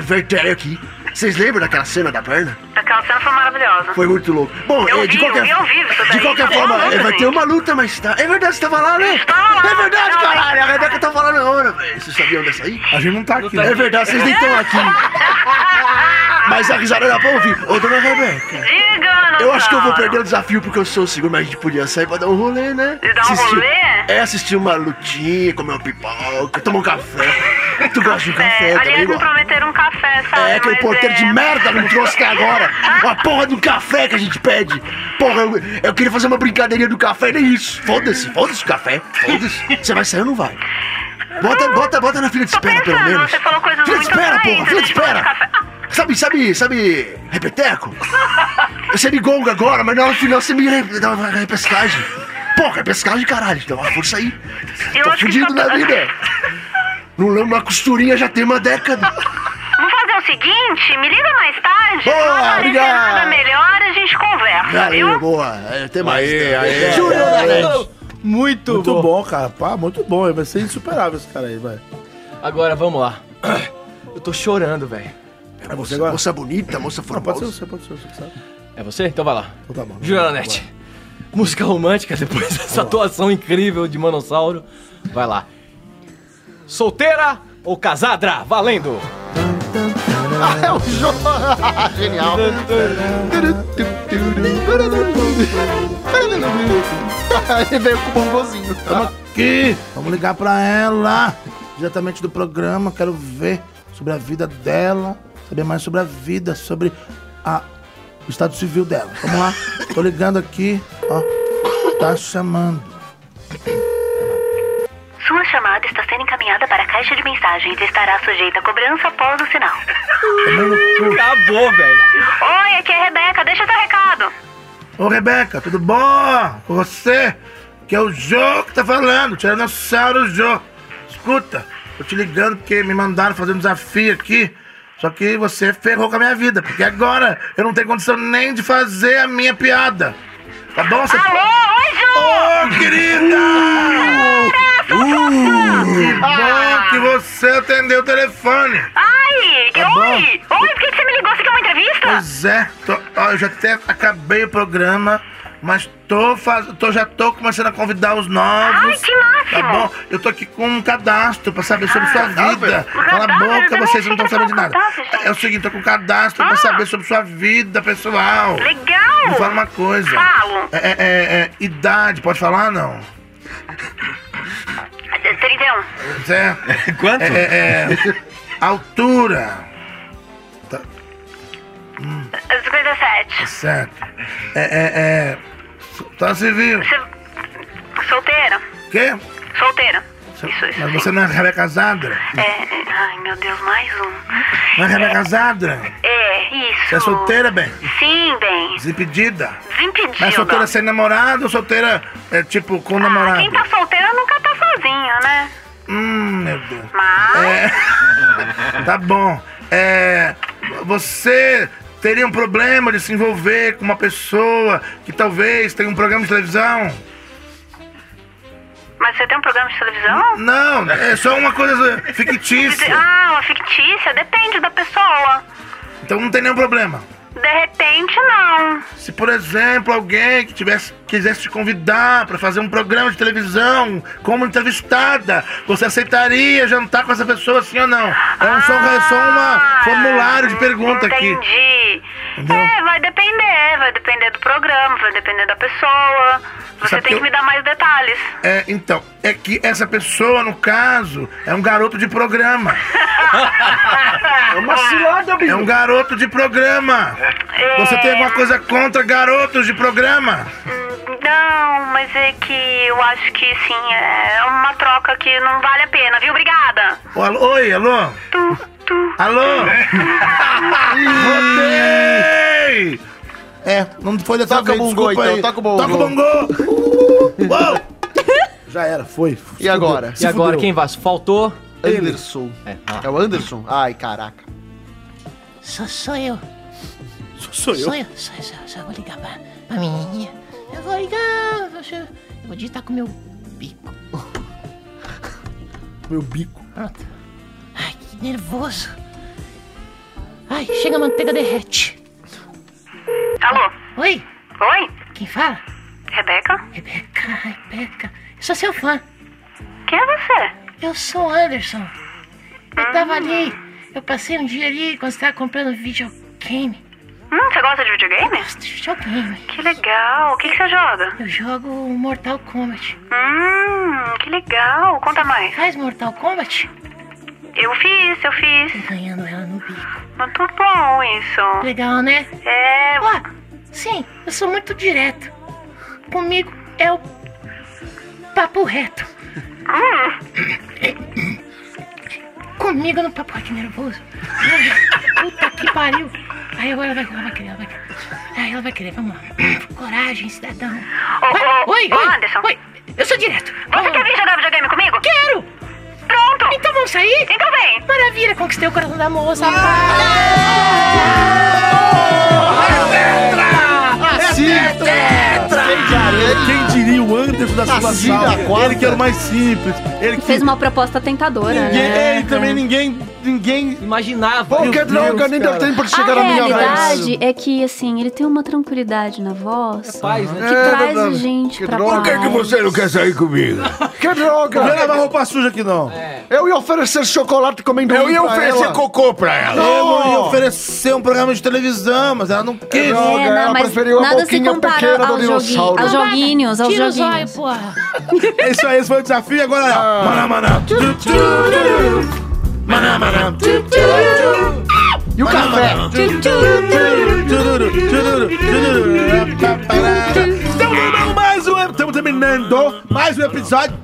vertéria aqui. Vocês lembram daquela cena da perna?
[LAUGHS] Aquela cena foi maravilhosa.
Foi muito louco. Bom,
Eu
eh, de
vi, eu
qualquer
vi ao vivo isso
De
daí.
qualquer
Foi uma
forma, eh,
luta,
vai
sim.
ter uma luta, mas tá. É verdade, você tava lá, né?
Tava lá,
É verdade,
tava lá.
caralho. A Rebeca tá falando na hora, velho. Vocês sabiam dessa aí?
A gente não tá aqui.
É verdade, vocês nem
[LAUGHS]
estão aqui. Mas a risada dá pra ouvir. Ô, dona Rebeca.
Diga,
Eu acho que eu vou perder o desafio porque eu sou seguro, mas a gente podia sair pra dar um rolê, né?
E dar um rolê?
É, assistir uma lutinha, comer uma pipoca, tomar um café. Tu gosta de um café
É,
também,
aliás, me
gosta?
prometeram um café, sabe?
É, aquele
Mas é-
porteiro
Ah,
de merda não trouxe até
[LAUGHS]
agora. A porra do café que a gente pede. Porra, eu, eu queria fazer uma brincadeirinha do café, nem isso. Foda-se, foda-se o café. Foda-se. Você vai sair ou não vai? Bota, bota, bota na fila de espera, pelo
Pensando,
menos.
você falou coisas
Fila de
muito
espera, porra,
atraentes,
fila
né?
de espera.
Café- Ah.
Sabe, sabe, sabe, repeteco? Você me gonga agora, mas na hora final você me re- dá uma repescagem. Porra, repescagem, caralho, dá uma força aí.
Eu
Tô
acho que
fudido
só-
na vida. Não lembro uma costurinha já tem uma década.
Vamos fazer o seguinte, me liga mais tarde.
Boa,
se [LAUGHS] não aparecer
obrigado.
nada melhor, a gente conversa,
Aí,
viu?
boa. É, Até mais.
Aê,
Até
aê.
mais. Júnior da Net.
Muito,
muito
bom.
bom. cara. Pá, muito bom. Vai ser insuperável esse cara aí, vai.
Agora vamos lá. [CLEARS THROAT] Eu tô chorando, velho.
É você agora?
Moça bonita, moça
Ah,
Não, pode
formosa.
ser você, pode ser você, que sabe?
É você? Então vai lá.
Então tá bom.
Juliana Nete. Música romântica [LAUGHS] depois dessa atuação incrível de Manossauro. Vai lá. Solteira ou casadra? Valendo!
Ah, é o
[LAUGHS]
jogo. Genial.
Ele veio com o bongozinho.
tá?
Tamo aqui. Vamos ligar pra ela. Diretamente do programa. Quero ver sobre a vida dela. Saber mais sobre a vida, sobre a... o estado civil dela. Vamos lá. Tô ligando aqui. Ó. Tá chamando.
Sua chamada está sendo encaminhada para a caixa de mensagens e estará sujeita a cobrança após o sinal.
Acabou, velho.
Oi, aqui é a Rebeca, deixa seu recado.
Ô, Rebeca, tudo bom? Com você? Que é o Jô que tá falando, Tiranossauro Jô. Escuta, tô te ligando porque me mandaram fazer um desafio aqui. Só que você ferrou com a minha vida, porque agora eu não tenho condição nem de fazer a minha piada. Tá bom? Você... Alô,
oi,
Jô! Ô, querida! Que
Ah,
bom que você atendeu o telefone.
Ai,
Tá
oi! Oi, por que que você me ligou? Você quer uma entrevista?
Pois é, tô- ó, eu já até acabei o programa, mas tô, faz, tô já tô começando a convidar os novos.
Ai, que máximo.
Tá bom? Eu tô aqui com um cadastro pra saber sobre sua vida.
Um
Cala a
cadastro? Eu também
boca, vocês não
achei que
estão
era
sabendo de
só um
nada.
cadastro, Ah.
É o seguinte, tô com um cadastro pra saber sobre sua vida pessoal.
Legal.
Me fala uma coisa.
Falo.
É, é, é, é, idade, pode falar não?
Ah, 31.
Certo?
Quanto?
É, é, é, altura,
57.
certo? É, é, é, tá civil.
Solteira?
Quê?
Solteira.
Mas você não é Rebeca Zadra?
É. Ai, meu Deus, mais um.
Não é Rebeca Zadra?
É, isso.
Você é solteira, bem?
Sim, bem.
Desimpedida?
Desimpedida.
Mas solteira sem namorado ou solteira, é, tipo, com
Ah,
namorado?
quem tá solteira nunca tá sozinha, né?
Hum, meu Deus.
Mas.
É, tá bom. É, você teria um problema de se envolver com uma pessoa que talvez tenha um programa de televisão?
Mas você tem um programa de televisão?
Não, é só uma coisa fictícia.
Ah, uma fictícia? Depende da pessoa.
Então não tem nenhum problema.
De repente, não.
Se, por exemplo, alguém que tivesse, quisesse te convidar pra fazer um programa de televisão como entrevistada, você aceitaria jantar com essa pessoa assim ou não? É um só, é só uma formulário de pergunta aqui.
Ah, Entendi. É, vai depender. Vai depender do programa, vai depender da pessoa. Você tem
Sabe que
que
eu-
me dar mais detalhes.
É, então, é que essa pessoa, no caso, é um garoto de programa. É uma cilada, bicho. É um garoto de programa.
É,
Você tem alguma coisa contra garotos de programa?
Não, mas é que eu acho que sim, é uma troca que não vale a pena, viu? Obrigada.
Ô, alô- Oi, alô? Alô? Voltei! É, não foi dessa
Toca
vez,
o bongô,
desculpa
então,
aí.
toca o bongô.
Toca o bongô. Uou!
Já era, foi.
E agora?
E agora quem vai? Faltou?
Anderson. É, o Anderson? Ai, caraca.
Sou, sou eu.
Sou
Sou eu.
eu?
Sou, eu, sou, eu, sou eu. Vou ligar pra, pra menininha. Eu vou ligar. Deixa eu, eu vou digitar tá com o meu bico.
[LAUGHS] Meu bico.
Pronto. Ai, que nervoso. Ai, chega a manteiga derrete.
Alô?
Oi?
Oi?
Quem fala?
Rebeca?
Rebeca, Rebeca. Eu sou seu fã.
Quem é você? Hum.
Eu sou um o Anderson. Eu tava ali. Eu passei um dia ali quando você tava comprando videogame.
Hum, você gosta de videogame?
Gosto de videogame.
Que legal. O que, que você joga?
Eu jogo Mortal Kombat.
Hum, que legal. Conta mais.
Faz um Mortal Kombat?
Eu fiz, eu fiz.
Ganhando ela no bico.
Muito bom isso.
Legal, né?
É.
Ó, sim, eu sou muito direto. Comigo é o papo reto. Comigo no papo Ai, que nervoso. Ai, Puta que pariu. Aí agora vai, ela vai querer, ela vai querer. Aí ela vai querer, vamos lá. [CLEARS THROAT] Coragem, cidadão. Vai.
ô,
oi,
ô,
oi,
Anderson.
oi. Eu sou direto.
Você quer vir jogar videogame comigo?
Quero!
Pronto!
Então vamos sair?
Então vem!
Maravilha, conquistei o coração da moça.
É tetra! É tetra!
Quem diria o Anderson da Silva
Nascido na
Sal?
quarta.
Ele que era o mais simples. Ele que...
Fez uma proposta tentadora,
Ninguém-
né?
ele também
ninguém, ninguém imaginava.
é
Qualquer droga nem deu tempo de chegar
a
na minha
realidade
vez.
é que, assim, ele tem uma tranquilidade na voz
paz,
que
né?
É,
traz a
verdade.
gente pra
Por que,
paz.
que você não quer sair comigo?
Que droga!
Não vem lavar roupa suja aqui, não.
Eu ia oferecer chocolate comendo um
Eu ia oferecer cocô pra ela.
Não.
Eu ia oferecer um programa de televisão, mas ela não quis.
É, não,
não, mas nada se compara aos, jogui aos joguinhos, aos
Tira o zóio,
joguinhos.
porra.
É isso aí, esse foi o desafio. Agora, maná, maná. Tu, tu, Maná, maná. Tu, tu.
E o café?
Estamos terminando mais um ep- Estamos terminando mais um episódio.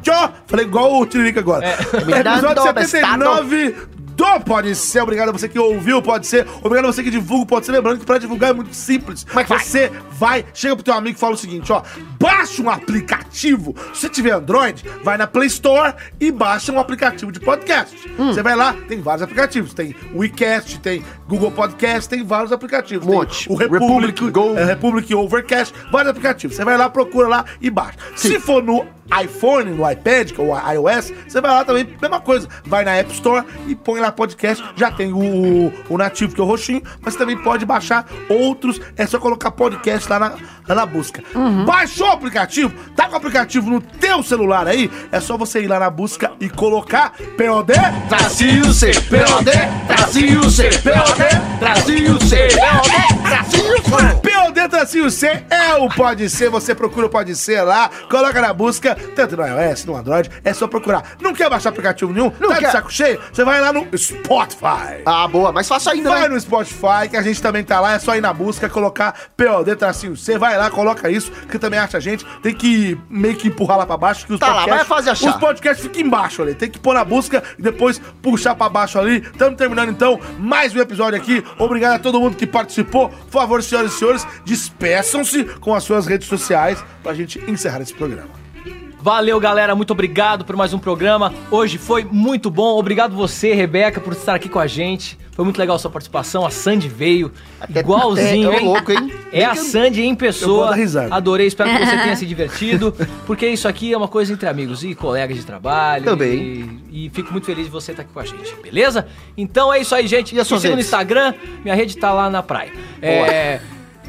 Falei igual o Tiririca agora. Episódio 79 do Pode Ser. Obrigado a você que ouviu, pode ser. Obrigado a você que divulga, o pode ser. Lembrando que pra divulgar é muito simples. Você vai, chega pro teu amigo e fala o seguinte, ó. Baixa um aplicativo. Se você tiver Android, vai na Play Store e baixa um aplicativo de podcast. Você vai lá, tem vários aplicativos. Tem o WeCast, tem Google Podcast, tem vários aplicativos. Tem
Monte.
o Republic, é, Republic Overcast, vários aplicativos. Você vai lá, procura lá e baixa. Se for no iPhone, no iPad ou a- iOS, você vai lá também, mesma coisa. Vai na App Store e põe lá podcast. Já tem o, o nativo, que é o roxinho, mas você também pode baixar outros. É só colocar podcast lá na, lá na busca. Baixou o aplicativo? Tá com o aplicativo no teu celular aí? É só você ir lá na busca e colocar POD
é
Tracinho C, POD, tracinho C, POD, tracinho C, POD, tracinho C.
POD Tracinho C é o Pode Ser, você procura o Pode Ser lá, coloca na busca, tanto no iOS, no Android, é só procurar. Não quer baixar aplicativo nenhum? Não tá de
quer.
saco cheio? Você vai lá no Spotify.
Ah, boa, mas faça ainda,
Vai
né?
no Spotify, que a gente também tá lá, é só ir na busca, colocar POD Tracinho C, vai lá, coloca isso, que também acha a gente, tem que meio que empurrar lá pra baixo, que os
Tá lá, vai fazer achar.
os podcasts ficam embaixo ali, tem que pôr na busca e depois puxar pra baixo ali. Estamos terminando então mais um episódio aqui. Obrigado a todo mundo que participou. Por favor, senhoras e senhores, despeçam-se com as suas redes sociais pra gente encerrar esse programa.
Valeu, galera. Muito obrigado por mais um programa. Hoje foi muito bom. Obrigado você, Rebeca, por estar aqui com a gente. Foi muito legal a sua participação. A Sandy veio. Igualzinho,
é, é louco, hein?
É a Sandy em
Eu vou
pessoa.
dar risada.
Adorei, espero que você tenha se divertido. Porque isso aqui é uma coisa entre amigos e colegas de trabalho.
Também.
E, e fico muito feliz de você estar aqui com a gente, beleza? Então é isso aí, gente. E
as suas
no
redes?
Instagram, minha rede tá lá na praia. É.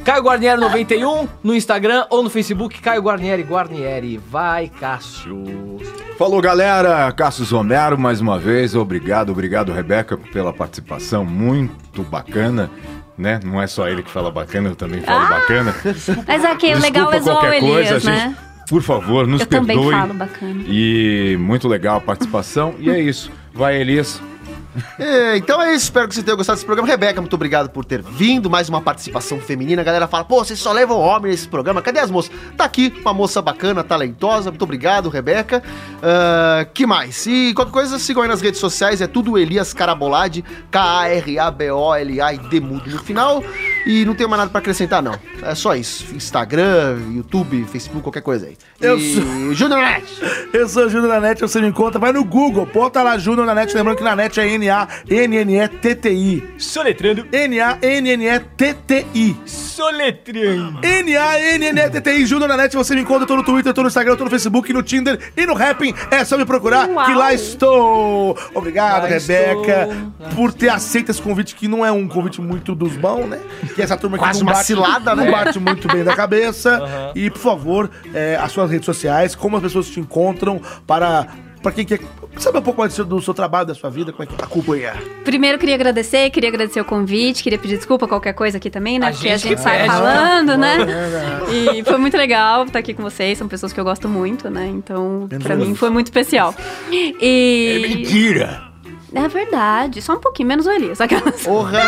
Caio Guarnieri 91 no Instagram ou no Facebook, Caio Guarnieri Guarnieri. Vai, Cássio.
Falou, galera. Cassius Romero, mais uma vez. Obrigado, obrigado, Rebeca, pela participação. Muito bacana. Né? Não é só ele que fala bacana, eu também falo
Ah! [LAUGHS]
bacana.
Mas ok, o legal
Desculpa
é zoar o
qualquer coisa,
Elias,
gente.
né?
Por favor, nos
Eu
perdoe.
também falo bacana.
E muito legal a participação. e é isso. Vai, Elias.
É, então é isso, espero que você tenha gostado desse programa. Rebeca, muito obrigado por ter vindo. Mais uma participação feminina. A galera fala, pô, vocês só levam homem nesse programa. Cadê as moças? Tá aqui uma moça bacana, talentosa. Muito obrigado, Rebeca. Ah, que mais? E qualquer coisa, sigam aí nas redes sociais. É tudo Elias Carabolade, K-A-R-A-B-O-L-A e D mudo no final. E não tenho mais nada pra acrescentar, não. É só isso. Instagram, YouTube, Facebook, qualquer coisa aí.
Eu
e...
sou-
Júnior Net!
Eu sou o Júnior na net, você me encontra, vai no Google, bota lá Júnior na net, lembrando que na net é N-A-N-N-E-T-T-I.
Soletrando.
N-A-N-N-E-T-T-I.
Soletrando.
N-A-N-N-E-T-T-I, Júnior na net, você me encontra, eu tô no Twitter, eu tô no Instagram, eu tô no Facebook, no Tinder e no Rapping. É só me procurar
Uau.
que lá estou. Obrigado,
Lá
Rebeca,
estou.
por ter aceito esse convite, que não é um convite muito dos bons, né? Que essa turma aqui
Quase
não
uma
bate,
cilada,
não
né?
bate muito bem da
[LAUGHS]
cabeça. E, por favor, é, as suas redes sociais, como as pessoas te encontram para... Pra quem quer saber um pouco mais do seu, do seu trabalho, da sua vida, como é que tá acompanhar.
Primeiro, queria agradecer, queria agradecer o convite, queria pedir desculpa qualquer coisa aqui também, né?
A
porque
gente
a gente
que
sai
pede.
falando, né?
É,
E foi muito legal estar aqui com vocês, são pessoas que eu gosto muito, né? Então,
Menos
pra
eu.
mim foi muito especial. E.
É mentira.
É verdade, só um pouquinho, menos o Elias. Aquelas...
Porra!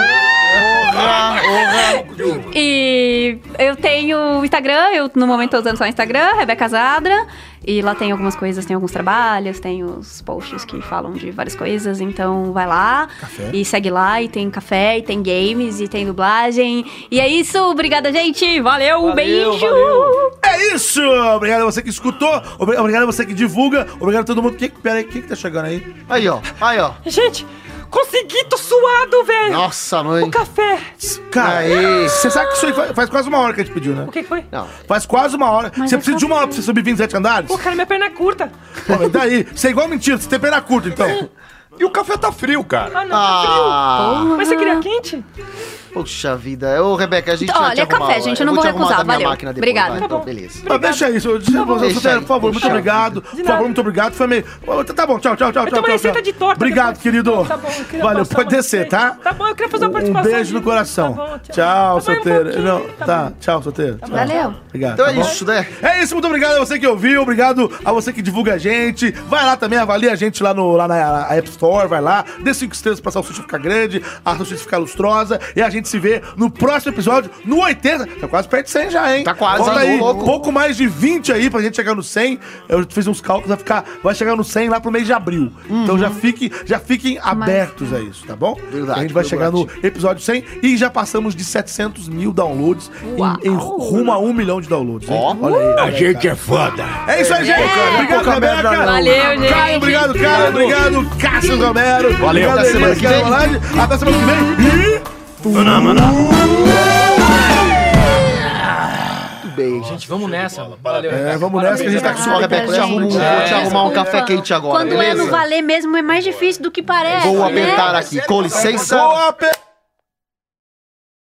Porra! Porra!
E eu tenho Instagram, eu no momento tô usando só Instagram, Rebeca Zadra. E lá tem algumas coisas, tem alguns trabalhos, tem os posts que falam de várias coisas. Então vai lá
Café.
e segue lá. E tem café, e tem games, e tem dublagem. E é isso, obrigada, gente. Valeu, um beijo!
É isso! Obrigado a você que escutou, obri-
[LAUGHS]
obrigado a você que divulga, obrigado a todo mundo. Que, pera aí, o que, que tá chegando aí?
Aí, ó, aí, ó.
Gente,
Consegui, tô suado, velho.
Nossa, mãe.
O café.
Cara, você sabe que isso aí fa- faz quase uma hora que a gente pediu, né? O
que foi?
Não.
Faz quase uma hora.
Mas
você
eu
precisa de uma hora pra você subir 27 andares?
Pô, cara, minha perna é curta.
Pô, e daí? Você é igual mentira, você tem perna curta, então.
E o café tá frio, cara.
Ah, não,
Ah.
tá frio. Mas você queria quente?
Poxa vida. Ô, Rebeca, a gente
Olha,
vai te
é
arrumar,
café, gente, eu
vou
não vou
te arrumar
recusar,
da minha
valeu.
máquina depois,
Obrigada.
vai, então,
Tá bom.
beleza.
Mas deixa isso, eu disse,
Tá
bom.
você-
Deixa aí,
por favor, muito
deixa.
obrigado. Por favor, muito obrigado. Foi meio. Tá bom, tchau, tchau, tchau.
Eu
tchau,
tomo
tchau,
receita
tchau.
de torta
Obrigado,
depois.
querido.
Tá bom, eu queria
Valeu,
passar
pode
uma
descer, tá?
Tá bom, eu queria fazer uma
Um
participação.
beijo no coração.
Tá bom, tchau.
tchau,
Tá bom, um
solteiro.
pouquinho,
Não,
tá
tá, tchau, solteiro. Tchau.
Valeu.
Obrigado.
Então é
bom?
isso, né?
É isso, muito obrigado a você que ouviu, obrigado a você que divulga a gente. Vai lá também, avalia a gente lá, no, lá na App Store, vai lá, dê cinco estrelas pra salsicha ficar grande, a salsicha ficar lustrosa, e a gente se vê no próximo episódio, no 80. Tá quase perto de 100 já, hein? Tá
quase,
Falta
hein?
aí,
Ô, louco.
pouco mais de 20 aí pra gente chegar no 100. Eu fiz uns cálculos, vai ficar, vai chegar no 100 lá pro mês de abril. Então já, fique, já fiquem abertos a isso, tá bom?
Uhum. Verdade,
A gente vai
verdade.
chegar no episódio 100 e já passamos de 700 mil downloads
Uau.
em, em rumo a um milhão de downloads. hein?
Ó.
Olha aí.
A
olha aí,
gente
cara.
é foda.
É isso aí, gente.
É.
Obrigado,
Pouca
Rebeca.
merda não. Valeu, gente.
Caio, obrigado, Caio. Obrigado, Cássio Romero.
Valeu.
Obrigado,
Até semana
Elias
que vem.
Carolade. Até semana que vem. E...
Muito bem.
Gente, vamos nessa. Valeu.
É, vamos nessa que a gente tá com sua, Rebeca. Eu te arrumo, um-
É.
eu te arrumo
arrumar um café quente agora,
Quando é
beleza?
no valer mesmo, é mais difícil do que parece.
Vou
né?
apertar aqui, com licença.
Vou apertar.